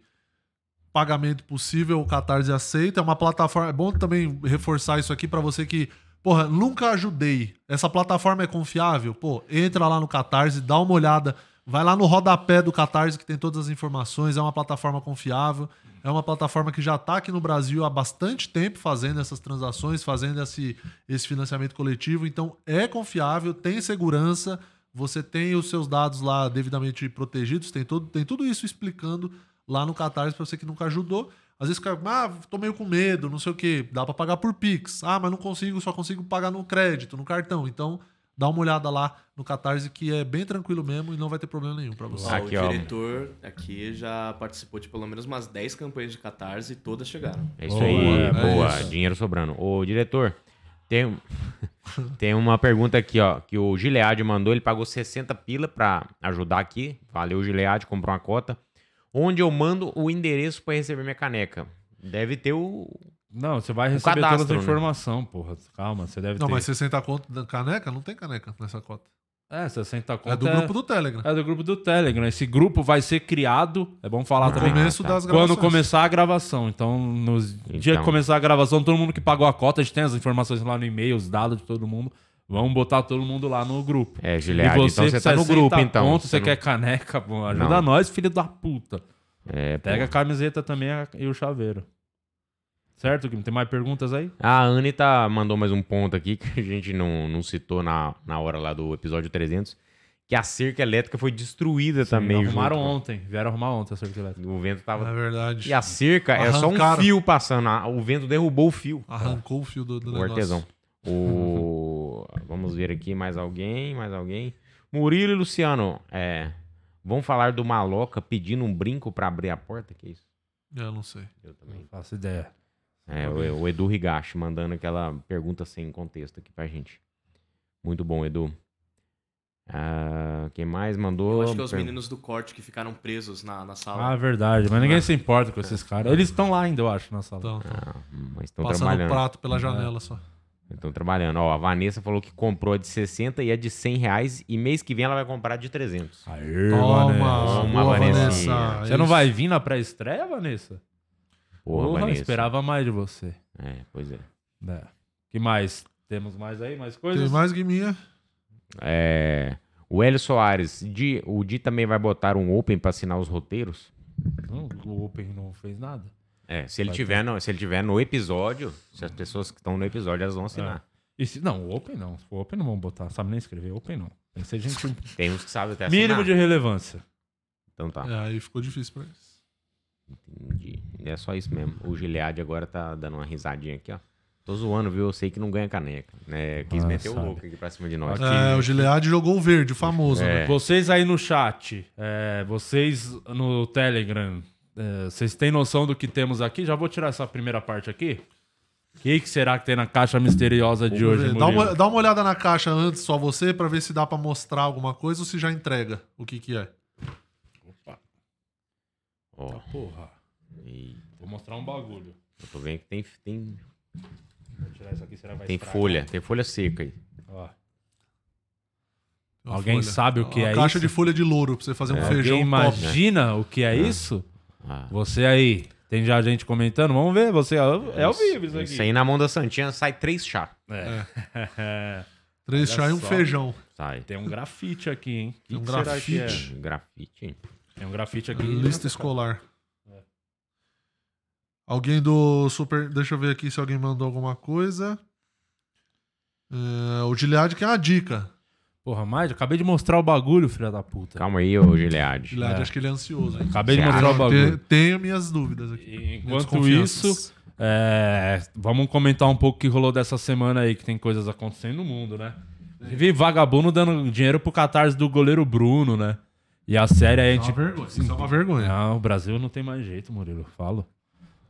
C: pagamento possível, o Catarse aceita. É uma plataforma. É bom também reforçar isso aqui pra você que. Porra, nunca ajudei. Essa plataforma é confiável? Pô, entra lá no Catarse, dá uma olhada. Vai lá no rodapé do Catarse que tem todas as informações. É uma plataforma confiável. É uma plataforma que já está aqui no Brasil há bastante tempo fazendo essas transações, fazendo esse, esse financiamento coletivo. Então é confiável, tem segurança. Você tem os seus dados lá devidamente protegidos. Tem, todo, tem tudo isso explicando lá no Catarse para você que nunca ajudou. Às vezes fica, ah, tô meio com medo, não sei o quê. Dá para pagar por Pix. Ah, mas não consigo, só consigo pagar no crédito, no cartão. Então, Dá uma olhada lá no Catarse, que é bem tranquilo mesmo e não vai ter problema nenhum pra você.
F: Ó,
B: Aqui,
F: o
B: ó.
F: diretor aqui já participou de pelo menos umas 10 campanhas de Catarse e todas chegaram.
B: É isso
A: Boa,
B: aí,
A: é
B: boa.
C: isso.
B: Dinheiro sobrando. Ô, diretor, tem, um- tem uma pergunta aqui, ó, que o Gilead mandou. Ele pagou 60 pila pra ajudar aqui. Valeu, Gilead, comprou uma cota. Onde eu mando o endereço pra receber minha caneca? Deve ter o.
A: Não, você vai receber
B: cadastro,
A: toda
B: né?
A: essa informação, porra. Calma, você deve
C: Um Não,
A: ter.
C: mas 60 conto da caneca? Não tem caneca nessa cota.
A: É, 60 conto.
C: É do grupo do Telegram.
A: É do grupo do Telegram. Esse grupo vai ser criado, é bom falar também, é.
C: Começo
B: tá.
C: das gravações.
A: quando começar a gravação. Então, no dia
B: Então.
A: que começar a gravação, todo mundo que pagou a cota, a gente tem as informações lá no e-mail, os dados de todo mundo. Vamos botar todo mundo lá no grupo.
B: É, Gilead, então você tá no
A: 60
B: grupo, então.
A: Conto,
B: Você
A: você
B: não-
A: quer caneca, pô, ajuda
B: Não.
A: nós, filho da puta.
B: É, pô.
A: Pega a camiseta também a- e o chaveiro. Certo, Guilherme? Tem mais perguntas aí?
B: A Anitta mandou mais um ponto aqui que a gente não, não citou na, na hora lá do episódio 300. Que a cerca elétrica foi destruída também.
A: arrumaram
B: junto.
A: ontem. Vieram arrumar ontem a cerca elétrica.
B: O vento tava.
C: É verdade.
B: E a cerca é só um
C: Arrancaram.
B: fio passando. ah, O vento derrubou o fio.
C: Arrancou o fio do, do
B: O
C: negócio.
B: artesão. O... Vamos ver aqui mais alguém, mais alguém. Murilo e Luciano, é, vão falar do Maloca pedindo um brinco pra abrir a porta? Que é isso?
C: É, Eu não sei.
B: Eu também.
A: Não faço ideia.
B: É, o, o Edu Rigache mandando aquela pergunta sem contexto aqui pra gente. Muito bom, Edu. Ah, quem mais mandou?
F: Eu acho que é os
B: Per-
F: meninos do corte que ficaram presos na, na
A: Ah,
F: sala.
A: é verdade. Mas ninguém se importa com esses caras. Eles estão lá ainda, eu acho, na sala.
C: Então, tá.
B: Ah, mas estão
C: passando o
B: trabalhando. É.
C: prato pela janela só.
B: Estão trabalhando. Ó, a Vanessa falou que comprou a de 60 e a de 100 reais. E mês que vem ela vai comprar a de 300.
A: Aê,
C: Toma,
A: Vanessa.
B: Toma,
C: boa,
B: Vanessinha.
C: Vanessa.
A: Você não vai vir na pré-estreia, Vanessa?
B: Porra,
A: eu
B: Vanessa.
A: esperava mais de você.
B: É, pois é.
A: É. que mais? Temos mais aí? Mais
C: Tem
A: coisas?
C: mais guiminha.
B: É, o Hélio Soares, Di- o Di também vai botar um Open pra assinar os roteiros?
A: Não, o Open não fez nada.
B: É, se ele,
A: Vai
B: tiver no, se ele tiver no episódio, se as pessoas que estão no episódio, elas vão assinar.
A: E se- não, o Open não. O Open não vão botar. Sabe nem escrever. Open não. Tem que ser gente com
B: Tem uns que sabem até assinar.
A: mínimo de relevância.
B: Então tá,
C: É, aí ficou difícil pra eles.
B: entendi. É só isso mesmo. O Gilead agora tá dando uma risadinha aqui, ó. Tô zoando, viu? Eu sei que não ganha caneca. né? quis
A: Ah,
B: meter o
A: sabe.
B: louco aqui pra cima de nós.
A: Aqui.
C: É, o Gilead jogou o verde, o famoso, né?
B: É.
A: Vocês aí no chat, é, vocês no Telegram, é, vocês têm noção do que temos aqui? Já vou tirar essa primeira parte aqui. O que, que será que tem na caixa misteriosa de
C: Vamos
A: hoje,
C: ver. dá,
A: Murilo?
C: uma, dá uma olhada na caixa antes, só você, pra ver se dá pra mostrar alguma coisa ou se já entrega o que que é.
B: Ó,
A: Porra, É.
B: e
A: vou mostrar um bagulho.
B: eu tô vendo que tem, tem,
A: Vou tirar isso aqui, será que vai
B: tem
A: estragar?
B: folha, tem folha seca aí.
A: Ó,
C: Uma
A: Alguém sabe o que
C: Uma
A: é
C: caixa
A: isso?
C: de folha de louro pra você fazer um feijão
A: Alguém
C: top.
A: imagina o que é, isso?
B: Ah.
A: Você aí, tem já gente comentando? Vamos ver, você é, é ao vivo isso
B: Isso
A: aqui.
B: aí na mão da Santinha sai três chá.
A: É.
C: Três
A: Olha
C: chá e um
A: só.
C: feijão.
B: Sai.
A: tem um grafite aqui, hein? O que
C: Tem um
A: que será que é?
C: grafite.
B: Grafite, hein?
A: Tem um grafite aqui.
C: Lista escolar. Alguém do Super. Deixa eu ver aqui se alguém mandou alguma coisa. É, o Gilead que é uma dica.
A: Porra, mas acabei de mostrar o bagulho, filha da puta.
B: Calma aí, ô Gilead.
C: Gilead,
A: É.
C: acho que ele é ansioso. hein?
A: Acabei de
B: Cara,
A: mostrar o
C: Te-
A: bagulho.
C: tenho minhas dúvidas aqui.
A: E
C: minhas
A: Enquanto
C: desconfianças.
A: isso, é, vamos comentar um pouco o que rolou dessa semana aí, que tem coisas acontecendo no mundo, né? Vi vagabundo dando dinheiro pro catarse do goleiro Bruno, né? E a série aí a
C: Isso é
A: gente.
C: uma vergonha. Isso é uma vergonha.
A: Ah, o Brasil não tem mais jeito, Murilo. Falo.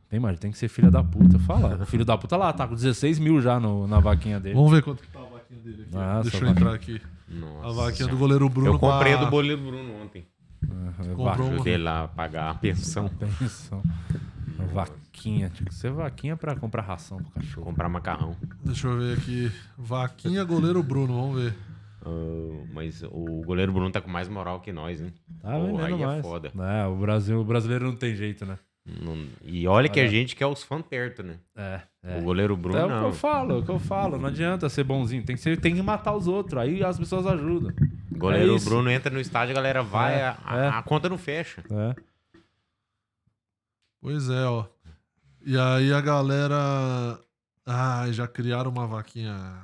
A: Tem mais, tem que ser filha da puta. Fala. O filho da puta lá, tá com 16 mil já no- na vaquinha dele.
C: Vamos ver quanto que tá a vaquinha dele aqui.
A: Nossa,
C: Deixa eu
A: É. Ah, vaquinha.
C: entrar aqui.
B: Nossa
C: A vaquinha
B: Senhora.
C: do goleiro Bruno. tá-
B: Eu comprei a
C: pra-
B: do goleiro Bruno ontem.
A: É,
C: Comprou uma.
B: Ajudei lá a pagar a pensão.
A: Pensão. Vaquinha. Tinha que ser vaquinha pra comprar ração pro cachorro.
B: Comprar macarrão.
C: Deixa eu ver aqui. Vaquinha goleiro Bruno, vamos ver.
B: Ah, mas o goleiro Bruno tá com mais moral que nós, hein?
A: Tá
B: Pô,
A: vendendo
B: aí é
A: mais.
B: foda.
A: É, o, Brasil, o brasileiro não tem jeito, né?
B: Não- E olha que a gente quer os fãs perto, né?
A: É.
B: O goleiro Bruno
A: É o que
B: não.
A: eu falo, é o que eu falo. Não adianta ser bonzinho. Tem que, ser, tem que matar os outros. Aí as pessoas ajudam.
B: O goleiro
A: é isso.
B: Bruno entra no estádio, a galera vai,
A: É,
B: a, a-
A: é.
B: a conta não fecha.
A: É.
C: Pois é, ó. E aí a galera. Ah, já criaram uma vaquinha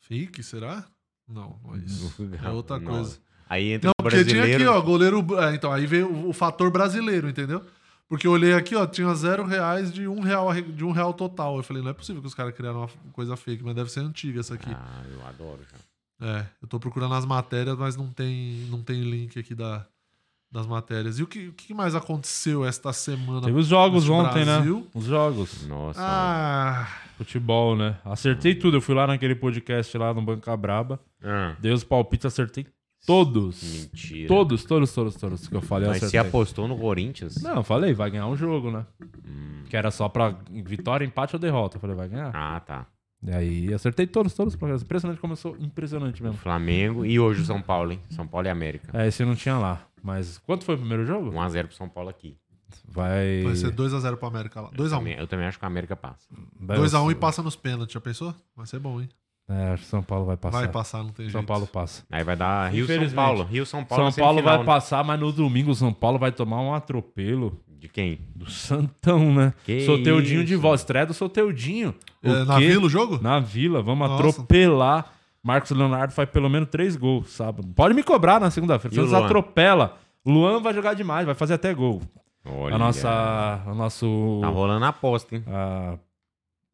C: fake, será? Não, não é isso. É outra
B: Não.
C: coisa.
B: Aí entra
C: Não,
A: um
B: o
C: porque tinha aqui,
B: brasileiro.
C: ó, goleiro. é, então, aí veio o, o fator brasileiro, entendeu? Porque eu olhei aqui, ó, tinha zero reais de um real, arre- de um real total. Eu falei, não é possível que os caras criaram uma coisa fake, mas deve ser antiga essa aqui.
B: Ah, eu adoro já.
C: É, eu tô procurando as matérias, mas não tem, não tem link aqui da, das matérias. E o que, o que mais aconteceu esta semana?
A: Teve os jogos
C: no
A: ontem, né?
C: Brasil?
A: Os jogos.
B: Nossa.
C: Ah,
A: Futebol, né? Acertei tudo. Eu fui lá naquele podcast lá no Banca Braba.
B: Ah,
A: Dei os palpites, acertei todos.
B: mentira.
A: Todos, todos, todos, todos que eu falei, eu
B: Mas você
A: acertei.
B: apostou no Corinthians?
A: é Não, eu falei, vai ganhar um jogo, né?
B: Hum.
A: Que era só pra vitória, empate ou derrota. Eu falei, vai ganhar.
B: Ah, tá.
A: E aí acertei todos, todos os programas. Impressionante como eu sou impressionante mesmo.
B: Flamengo e hoje o São Paulo, hein? São Paulo e América.
A: É, esse não tinha lá. Mas quanto foi o primeiro jogo?
B: 1x0 pro São Paulo aqui.
A: Vai.
C: vai ser 2x0 pro América lá.
B: Eu
C: 2x1.
B: também, eu também acho que a América passa.
A: vai-
C: 2x1 e passa nos pênaltis, já pensou? Vai ser bom, hein?
A: É, acho que São Paulo vai passar.
C: Vai passar, não tem jeito.
A: São Paulo passa.
B: Aí vai dar Rio-São
A: Infelizmente.
B: Paulo. Rio-São Paulo, é
A: São Paulo vai
B: semifinal,
A: passar, mas no domingo o São Paulo vai tomar um atropelo
B: né? De quem?
A: do Santão, né?
B: Que
A: Soteudinho de
B: isso.
A: voz. Estreia do Soteudinho. O
C: É, na
A: quê?
C: Vila o jogo?
A: Na Vila. Vamos
C: Nossa.
A: atropelar. Marcos Leonardo faz pelo menos três gols sábado. Pode me cobrar na segunda-feira.
B: E o
A: Vocês
B: Luan?
A: atropela. Luan vai jogar demais, vai fazer até gol.
B: Olha.
A: A nossa. O nosso.
B: Tá rolando a aposta, hein?
A: a-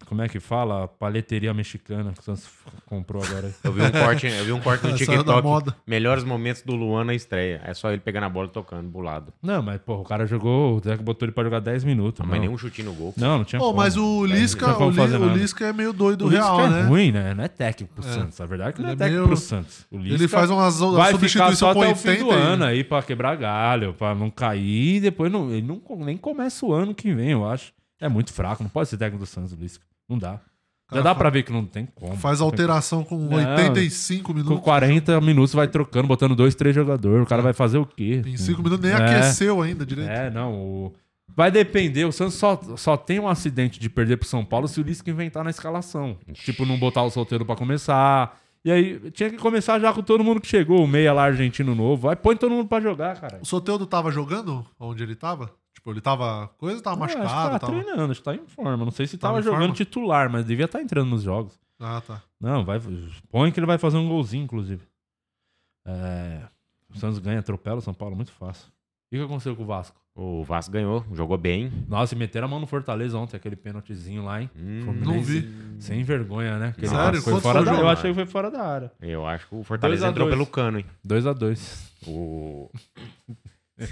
A: como é que fala? A palheteria mexicana que o Santos f- comprou agora. aí.
B: Eu vi um corte, eu vi um corte no
C: Saiu da
B: TikTok.
C: moda.
B: Melhores momentos do Luan na estreia. É só ele pegando a bola e tocando do lado.
A: Não, mas, pô, o cara jogou. O Deco botou ele pra jogar 10 minutos.
B: Não,
A: Não,
B: Ah, mas nenhum chutinho no gol.
A: não, não tinha
C: Pô,
A: como.
C: mas o
A: Não
C: Lisca,
A: tem
C: o,
A: como fazer
C: Li- o
A: nada.
C: Lisca é meio doido
A: O Lisca
C: real,
A: é
C: né?
A: ruim, né? Não é técnico pro Santos. A verdade é que não é
C: Ele é
A: técnico pro
C: meio-
A: Santos. O Lisca
C: Ele faz umas
A: vai ficar só
C: substituições com
A: até o fim
C: 80
A: do
C: e-
A: ano né? aí pra quebrar galho, pra não cair. E depois não, ele não, co- nem começa o ano que vem, eu acho. É muito fraco, não pode ser técnico do Santos, o Lisca. Não dá. Já
C: Cara,
A: dá
C: fa-
A: pra ver que não tem como.
C: Faz
A: Não tem
C: alteração com
A: Não.
C: 85
A: Com
C: minutos.
A: 40 minutos vai trocando, botando dois, três jogadores. O
C: É.
A: cara vai fazer o quê?
C: Em 5 minutos nem
A: É.
C: aqueceu ainda direito.
A: É, não. o- Vai depender. O Santos só, só tem um acidente de perder pro São Paulo se o Lisca inventar na escalação. Tipo, não botar o solteiro pra começar. E aí, tinha que começar já com todo mundo que chegou. O meia lá, argentino novo. Vai, põe todo mundo pra jogar, cara.
C: O Soteudo tava jogando onde ele tava? Tipo, ele tava. Coisa, tava
A: É, acho que
C: machucado
A: tá
C: e tava.
A: treinando, acho que tá em forma. Não sei se
C: Tava
A: tava
C: em
A: jogando
C: forma?
A: titular, mas devia estar entrando nos jogos.
C: Ah, tá.
A: Não, vai. Põe que ele vai fazer um golzinho, inclusive. É, o Santos ganha, atropela o São Paulo, muito fácil. E o que aconteceu com o Vasco?
B: O Vasco ganhou, jogou bem.
A: Nossa, e meteram a mão no Fortaleza ontem, aquele pênaltizinho lá, hein?
B: Hum,
A: Fluminense.
C: Não vi.
A: Sem vergonha, né? Aquele
B: Sério?
A: lá Foi
C: Quanto
A: fora
C: foi o
A: da...
B: jogo?
A: Eu achei que foi fora da área.
B: Eu acho que o Fortaleza
A: Dois a
B: entrou
A: dois.
B: pelo cano, hein?
A: 2 a 2
B: O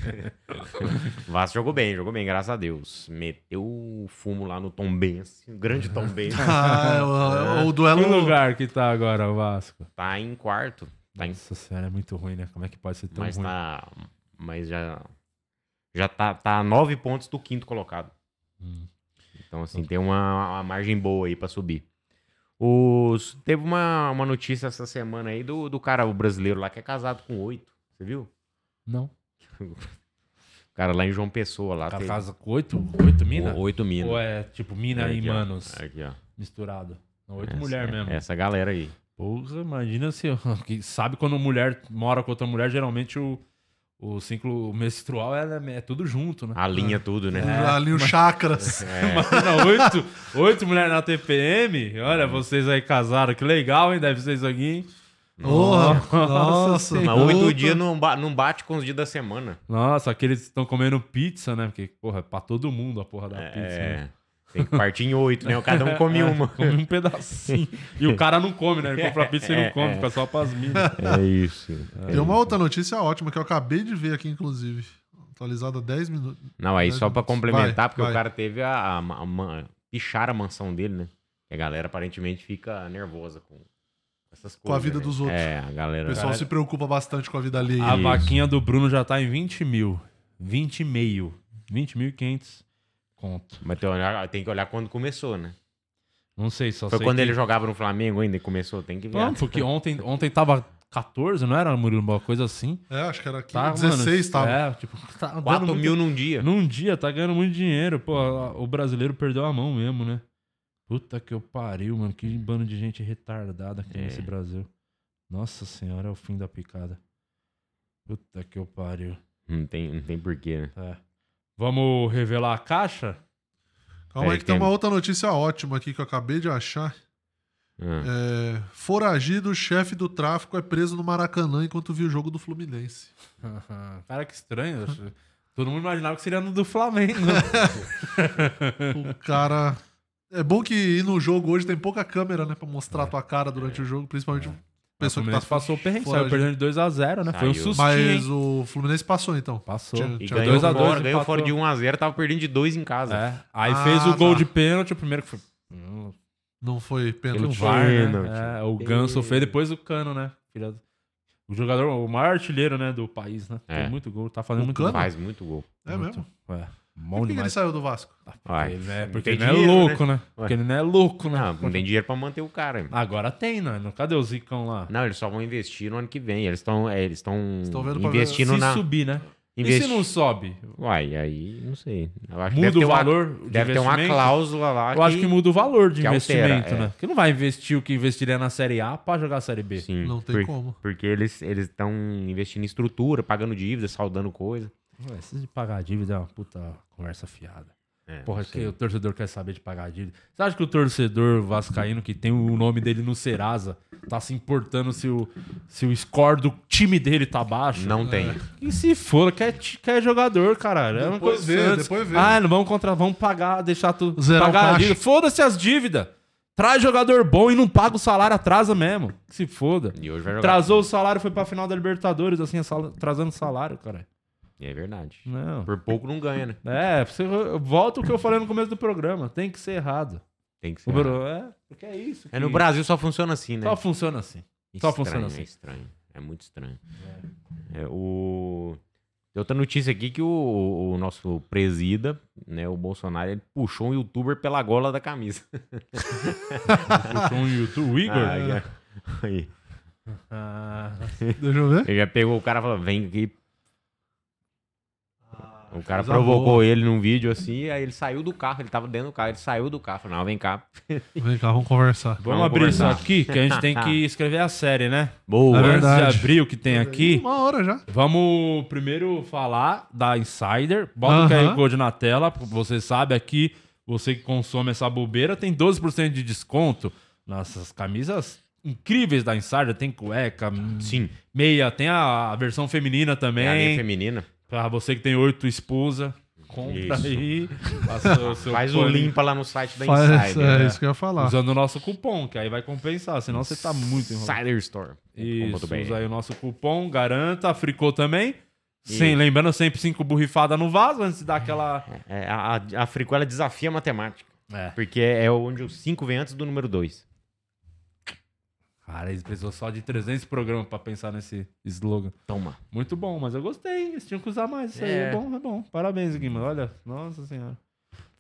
B: o Vasco jogou bem, jogou bem, graças a Deus. Meteu o fumo lá no Tom Benz, um grande Tom Benz.
C: Ah, é o, é o
A: Que
C: duelo.
A: lugar que tá agora o Vasco?
B: tá em quarto, tá em
A: Nossa senhora, é muito ruim, né? Como é que pode ser tão
B: mas
A: ruim?
B: tá, mas já já tá tá a nove pontos do quinto colocado.
A: Hum.
B: Então assim tem uma, uma margem boa aí pra subir. Os teve uma, uma notícia essa semana aí do, do cara o brasileiro lá que é casado com oito, você viu?
A: Não.
B: O cara lá em João Pessoa lá
A: Tá
B: teve-
A: casa com 8? 8 mina?
B: oito minas.
A: Ou é tipo mina e
B: Aqui, ó.
A: manos
B: Aqui, ó.
A: misturado? Não, 8
B: Essa- é
A: mulher mesmo.
B: Essa galera aí.
A: Porra, imagina se. que Sabe quando mulher mora com outra mulher, geralmente o, o ciclo menstrual é, é tudo junto, né?
B: Alinha tudo, né?
A: É.
C: Ali o Chakras.
B: É.
A: Imagina, oito, oito mulheres na TPM.
B: É.
A: Olha, vocês aí casaram, que legal, hein? Deve ser isso aqui.
C: Porra, nossa,
A: Senhora.
B: Mas oito
C: Puta.
B: dias não, ba- não bate com os dias da semana.
A: Nossa, aqueles estão comendo pizza, né? Porque, porra, é pra todo mundo a porra da pizza. Né?
B: É. Tem que partir em oito, né? Cada um come uma.
A: Come um pedacinho. E o cara não come, né? Ele compra pizza e não come, fica só pras minas.
B: É isso.
C: Tem uma outra notícia ótima que eu acabei de ver aqui, inclusive. Atualizada 10 minutos.
B: Não, aí só pra complementar,
C: Vai,
B: porque o
C: vai.
B: cara teve a. a, ma- a ma- picharam a mansão dele, né? E a galera aparentemente fica nervosa com essas coisas.
C: Com a vida
B: né?
C: dos outros.
B: É, a
C: O
B: galera.
C: pessoal se preocupa bastante com a vida
A: A
C: alheia.
B: Isso.
A: vaquinha do Bruno já tá em 20 mil. 20 e meio. 20.500 conto.
B: Mas tem, que olhar- tem que olhar quando começou, né?
A: Não sei, só
B: Foi
A: sei
B: quando
A: que-
B: ele jogava no Flamengo ainda e começou, tem que ver.
A: Não, porque ontem, ontem tava 14, não era, Murilo? Uma coisa assim.
C: É, acho que era aqui.
A: Tá,
C: 16
A: mano,
C: tava.
A: É, tipo, tá dando
B: 4
A: muito-
B: mil num dia.
A: Num dia, tá ganhando muito dinheiro. Pô, a- o brasileiro perdeu a mão mesmo, né? Puta que eu pariu, mano. Que bando de gente retardada aqui
B: É.
A: nesse Brasil. Nossa senhora, é o fim da picada. Puta que eu pariu.
B: Não tem, não tem porquê, né?
A: É. Vamos revelar a caixa?
C: Calma
B: É,
C: aí que tem
B: tem-
C: uma outra notícia ótima aqui que eu acabei de achar.
B: Ah.
C: É, foragido, chefe do tráfico é preso no Maracanã enquanto viu o jogo do Fluminense.
A: Cara, que estranho. acho. Todo mundo imaginava que seria no do Flamengo.
C: O cara. É bom que ir no jogo hoje tem pouca câmera, né? Pra mostrar a tua cara durante o jogo, principalmente
A: O
C: pessoa que
A: É. Fluminense
C: tá
A: passou o perrengue,
C: fora
A: saiu
C: de-
A: perdendo de 2x0, né? Foi um
B: Saiu.
A: sustinho,
C: Mas
A: hein?
C: o Fluminense passou, então.
A: Passou.
C: Tinha-
B: E
C: tinha
B: ganhou
A: dois a
B: fora,
A: dois,
B: ganhou fora de
A: empatou.
B: 1x0, tava perdendo de 2 em casa.
A: É. Aí
C: Ah,
A: fez o gol
C: tá.
A: de pênalti, o primeiro que foi... Hum,
C: Não foi
A: Pelo
C: pênalti.
A: VAR,
C: tipo.
B: Pênalti.
A: né? É, o Ganso
F: Pênalti.
A: fez depois o Cano, né? Filha do- O jogador, o maior artilheiro, né, do país, né?
B: É.
A: Tem muito gol, tá fazendo
C: O
A: muito
C: Cano?
A: gol.
B: Faz muito gol.
C: É mesmo?
A: É,
C: Por
A: bom
C: que, que ele
A: demais.
C: saiu do Vasco?
B: Vai.
A: Ele é-
B: Não
A: porque
B: tem
A: ele não é
B: dinheiro,
A: louco, né? Porque
B: Ué.
A: ele não é louco, né?
B: Ah, Não, não tem dinheiro pra manter o cara. irmão.
A: Agora tem, né? Cadê o Zicão lá?
B: Não, eles só vão investir no ano que vem. Eles estão é, eles estão
C: Estão vendo pra ver
B: investindo
A: se
B: na...
A: subir, né? E
B: investi-
A: se não sobe?
B: Uai, aí não sei. Eu acho que
A: Muda
B: deve
A: o
B: ter uma-
A: valor de
B: Deve ter uma
A: investimento?
B: cláusula lá
A: Eu acho que muda o valor de
B: que altera,
A: investimento,
B: é.
A: né? Porque não vai investir o que investiria na Série A pra jogar a Série B.
B: Sim,
C: Não tem
B: por-
C: como.
B: Porque eles eles estão investindo em estrutura, pagando dívida, saldando coisa.
A: Ué, Esses de pagar a dívida é uma puta conversa fiada.
B: É,
A: Porra,
B: não
A: que
B: sei.
A: o torcedor quer saber de pagar a dívida. Você acha que o torcedor vascaíno que tem o nome dele no Serasa tá se importando se o, se o score do time dele tá baixo?
B: Não tem.
A: E se for, quer, ti- quer jogador, caralho. É uma
C: Depois
A: coisa
C: vê,
A: antes.
C: depois vê.
A: Ah, não vamos contra, vamos pagar, deixar tudo.
C: Zerar o
A: pagar a
C: caixa.
A: dívida. Foda-se as dívidas. Traz jogador bom e não paga o salário, atrasa mesmo. Que se foda.
B: E hoje vai jogar.
A: Atrasou o salário, foi pra final da Libertadores, assim, assal- atrasando o salário, cara.
B: É verdade.
A: Não.
B: Por pouco não ganha, né?
A: É, você, volta o que eu falei no começo do programa. Tem que ser errado.
B: Tem que ser.
A: O Bruno, é, porque é isso.
B: É, no
A: que
B: Brasil só funciona assim, né?
A: Só funciona assim. Só funciona assim.
B: É estranho. É muito estranho. É, o... Tem outra notícia aqui que o, o nosso presida, né, o Bolsonaro, ele puxou um youtuber pela gola da camisa.
A: Puxou um YouTube, o Igor.
B: Aí, aí.
A: Ah,
C: Deixa eu ver.
B: Ele já pegou o cara e falou, vem aqui. o cara
C: coisa
B: provocou
C: boa.
B: ele num vídeo assim, aí ele saiu do carro, ele tava dentro do carro, ele saiu do carro, falou, não, vem cá.
C: Vem cá, vamos conversar.
A: vamos abrir isso
B: conversar.
A: aqui, que a gente tem que escrever a série, né?
B: Boa.
C: É
A: Antes
C: verdade.
A: de abrir o que tem aqui,
C: Uma hora já.
A: vamos primeiro falar da Insider. Bota o
C: Aham.
A: QR Code na tela, você sabe aqui, você que consome essa bobeira, tem 12% de desconto nessas camisas incríveis da Insider. Tem cueca,
B: Sim,
A: meia, tem a, a versão feminina
B: é a linha
A: também.
B: feminina.
A: Pra você que tem oito esposa, compra
B: Isso.
A: aí. passa o seu
B: Faz um o
A: cone-
B: limpa lá no site da
C: Faz,
B: Insider.
C: é,
B: né?
C: isso que eu ia falar.
A: Usando o nosso cupom, que aí vai compensar, senão você tá muito enrolado.
B: Insider Store.
A: Isso,
B: .com.br.
A: usa aí o nosso cupom, garanta, fricou também. Sem,
B: Isso.
A: lembrando sempre cinco borrifadas no vaso antes de dar aquela.
B: É, a, a- a Fricô, ela desafia a matemática.
A: É.
B: Porque é onde o 5 vem antes do número 2.
A: Cara, eles precisam só de 300 programas pra pensar nesse slogan.
B: Toma.
A: Muito bom, mas eu gostei. Eles tinham que usar mais isso aí. É
B: É.
A: bom, é bom. Parabéns, Guima. Olha, nossa senhora.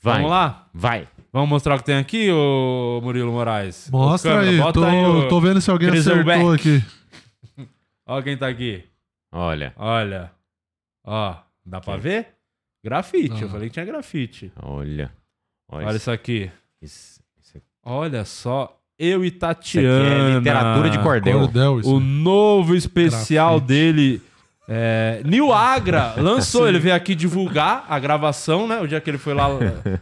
B: Vai.
A: Vamos lá?
B: Vai.
A: Vamos mostrar o que tem aqui, ô Murilo Moraes? Ô,
C: Mostra
A: câmera,
C: aí.
A: Bota
C: tô,
A: aí o...
C: tô vendo se alguém
A: Cruiserback.
C: acertou aqui.
A: Ó quem tá aqui.
B: Olha.
A: Olha. Ó, dá pra ver? Grafite.
C: Não.
A: Eu falei que tinha grafite.
B: Olha. Olha,
A: Olha
B: isso.
A: isso aqui.
B: Isso, isso aqui
A: Olha só. Eu e
B: é
A: Tatiana.
B: literatura de né? cordel.
C: Cordel, isso.
A: O novo especial dele. É, New Agra lançou, ele veio aqui divulgar a gravação, né? O dia que ele foi lá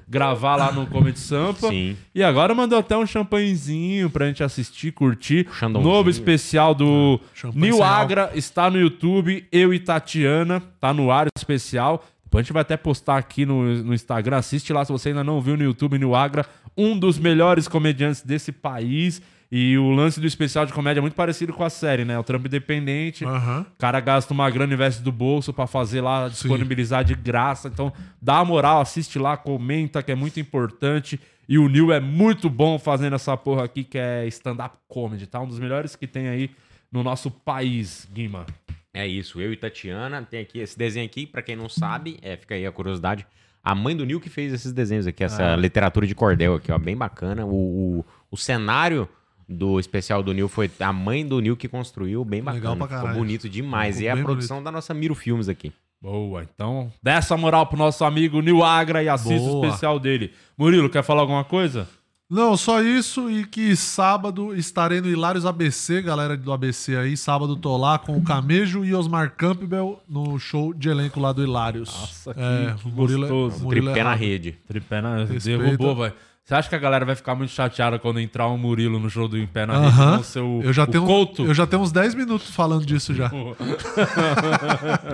A: gravar lá no Comedy Sampa.
B: Sim.
A: E agora mandou até um champanhezinho pra gente assistir, curtir.
B: Xandãozinho.
A: Novo especial do
C: champanhe
A: Nil
C: sem
A: Agra está no YouTube, eu e Tatiana, tá no ar o especial. Depois a gente vai até postar aqui no, no Instagram. Assiste lá se você ainda não viu no YouTube Nil Agra, um dos melhores comediantes desse país. E o lance do especial de comédia é muito parecido com a série, né? O trampo independente.
C: Aham.
A: O cara gasta uma grana, investe do bolso pra fazer lá, disponibilizar de graça. Então, dá a moral, assiste lá, comenta, que é muito importante. E o Nil é muito bom fazendo essa porra aqui, que é stand-up comedy, tá? Um dos melhores que tem aí no nosso país, Guima.
B: É isso, eu e Tatiana. Tem aqui esse desenho aqui, pra quem não sabe, é, fica aí a curiosidade. A mãe do Nil que fez esses desenhos aqui,
A: Ah.
B: essa literatura de cordel aqui, ó, bem bacana. O, o, o cenário do especial do Nil foi a mãe do Nil que construiu, bem bacana.
C: Legal pra
B: Ficou
C: caralho.
B: bonito demais.
C: Ficou
B: e é a
C: bem
B: produção da nossa Miro Filmes aqui.
A: Boa, então dá essa moral pro nosso amigo Nil Agra e assista o
C: Boa.
A: especial dele. Murilo, quer falar alguma coisa?
C: Não, só isso e que sábado estarei no Hilários ABC, galera do ABC aí. Sábado tô lá com o Camejo e Osmar Campbell no show de elenco lá do Hilários.
A: Nossa, que-
C: é,
A: que
C: o Murilo,
A: gostoso.
C: o Murilo
B: Tripé
C: é
B: na
C: rápido.
B: rede.
A: Tripé na...
C: Respeita.
A: derrubou, vai. Você acha que a galera vai ficar muito chateada quando entrar um Murilo no show do Em Pé na rede?
C: Aham.
A: não ser é o-
C: Eu já
A: o
C: tenho, um-
A: Couto?
C: eu já tenho uns 10 minutos falando disso já.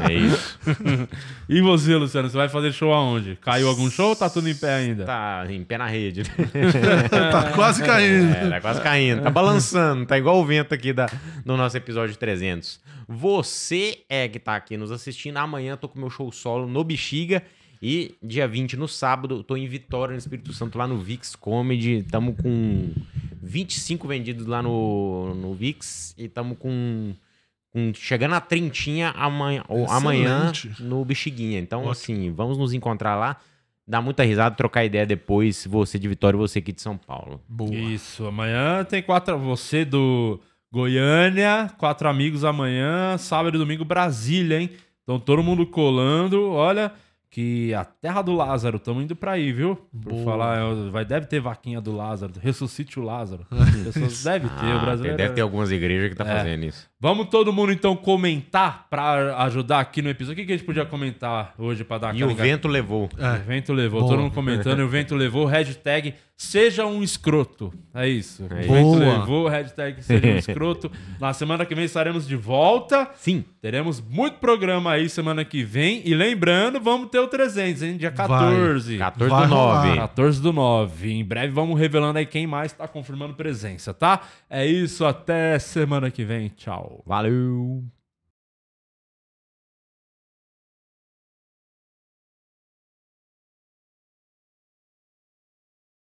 B: É isso.
A: E você, Luciano, você vai fazer show aonde? Caiu algum show ou tá tudo em pé ainda?
B: Tá em pé na rede.
C: tá quase caindo.
B: É, tá quase caindo, tá balançando, tá igual o vento aqui da, do nosso episódio 300. Você é que tá aqui nos assistindo. Amanhã eu tô com meu show solo no Bexiga. E dia 20, no sábado, eu tô em Vitória, no Espírito Santo, lá no VIX Comedy. Tamo com 25 vendidos lá no, no VIX. E tamo com, com- chegando a trintinha amanhã, ou amanhã
C: Excelente.
B: no Bexiguinha. Então, assim, vamos nos encontrar lá. Dá muita risada, trocar ideia depois, você de Vitória e você aqui de São Paulo.
A: Isso, amanhã tem quatro. Você do Goiânia, quatro amigos amanhã, sábado e domingo, Brasília, hein? Então todo mundo colando, olha. Que a terra do Lázaro, tamo indo pra aí, viu? Por falar, é, vai, deve ter vaquinha do Lázaro, ressuscite o Lázaro. As Pessoas deve ter, o
B: Ah,
A: brasileiro.
B: Deve ter algumas igrejas que tá
A: É.
B: fazendo isso.
A: Vamos todo mundo então comentar pra ajudar aqui no episódio. O que, que a gente podia comentar hoje pra dar
B: E
A: aquela
B: o
A: enga-
B: vento levou.
C: É.
A: O vento levou,
C: Boa.
A: todo mundo comentando, e o vento levou, hashtag seja um escroto. É isso. o
B: isso.
A: vento
C: Boa.
A: levou, hashtag seja um escroto. Na semana que vem estaremos de volta.
B: Sim.
A: Teremos muito programa aí semana que vem. E lembrando, vamos ter o 300, hein? Dia
C: Vai.
A: 14.
B: 14
C: Vai
B: do 9.
C: rolar.
A: 14 do 9. Em breve vamos revelando aí quem mais tá confirmando presença, tá? É isso, até semana que vem. Tchau.
B: Valeu.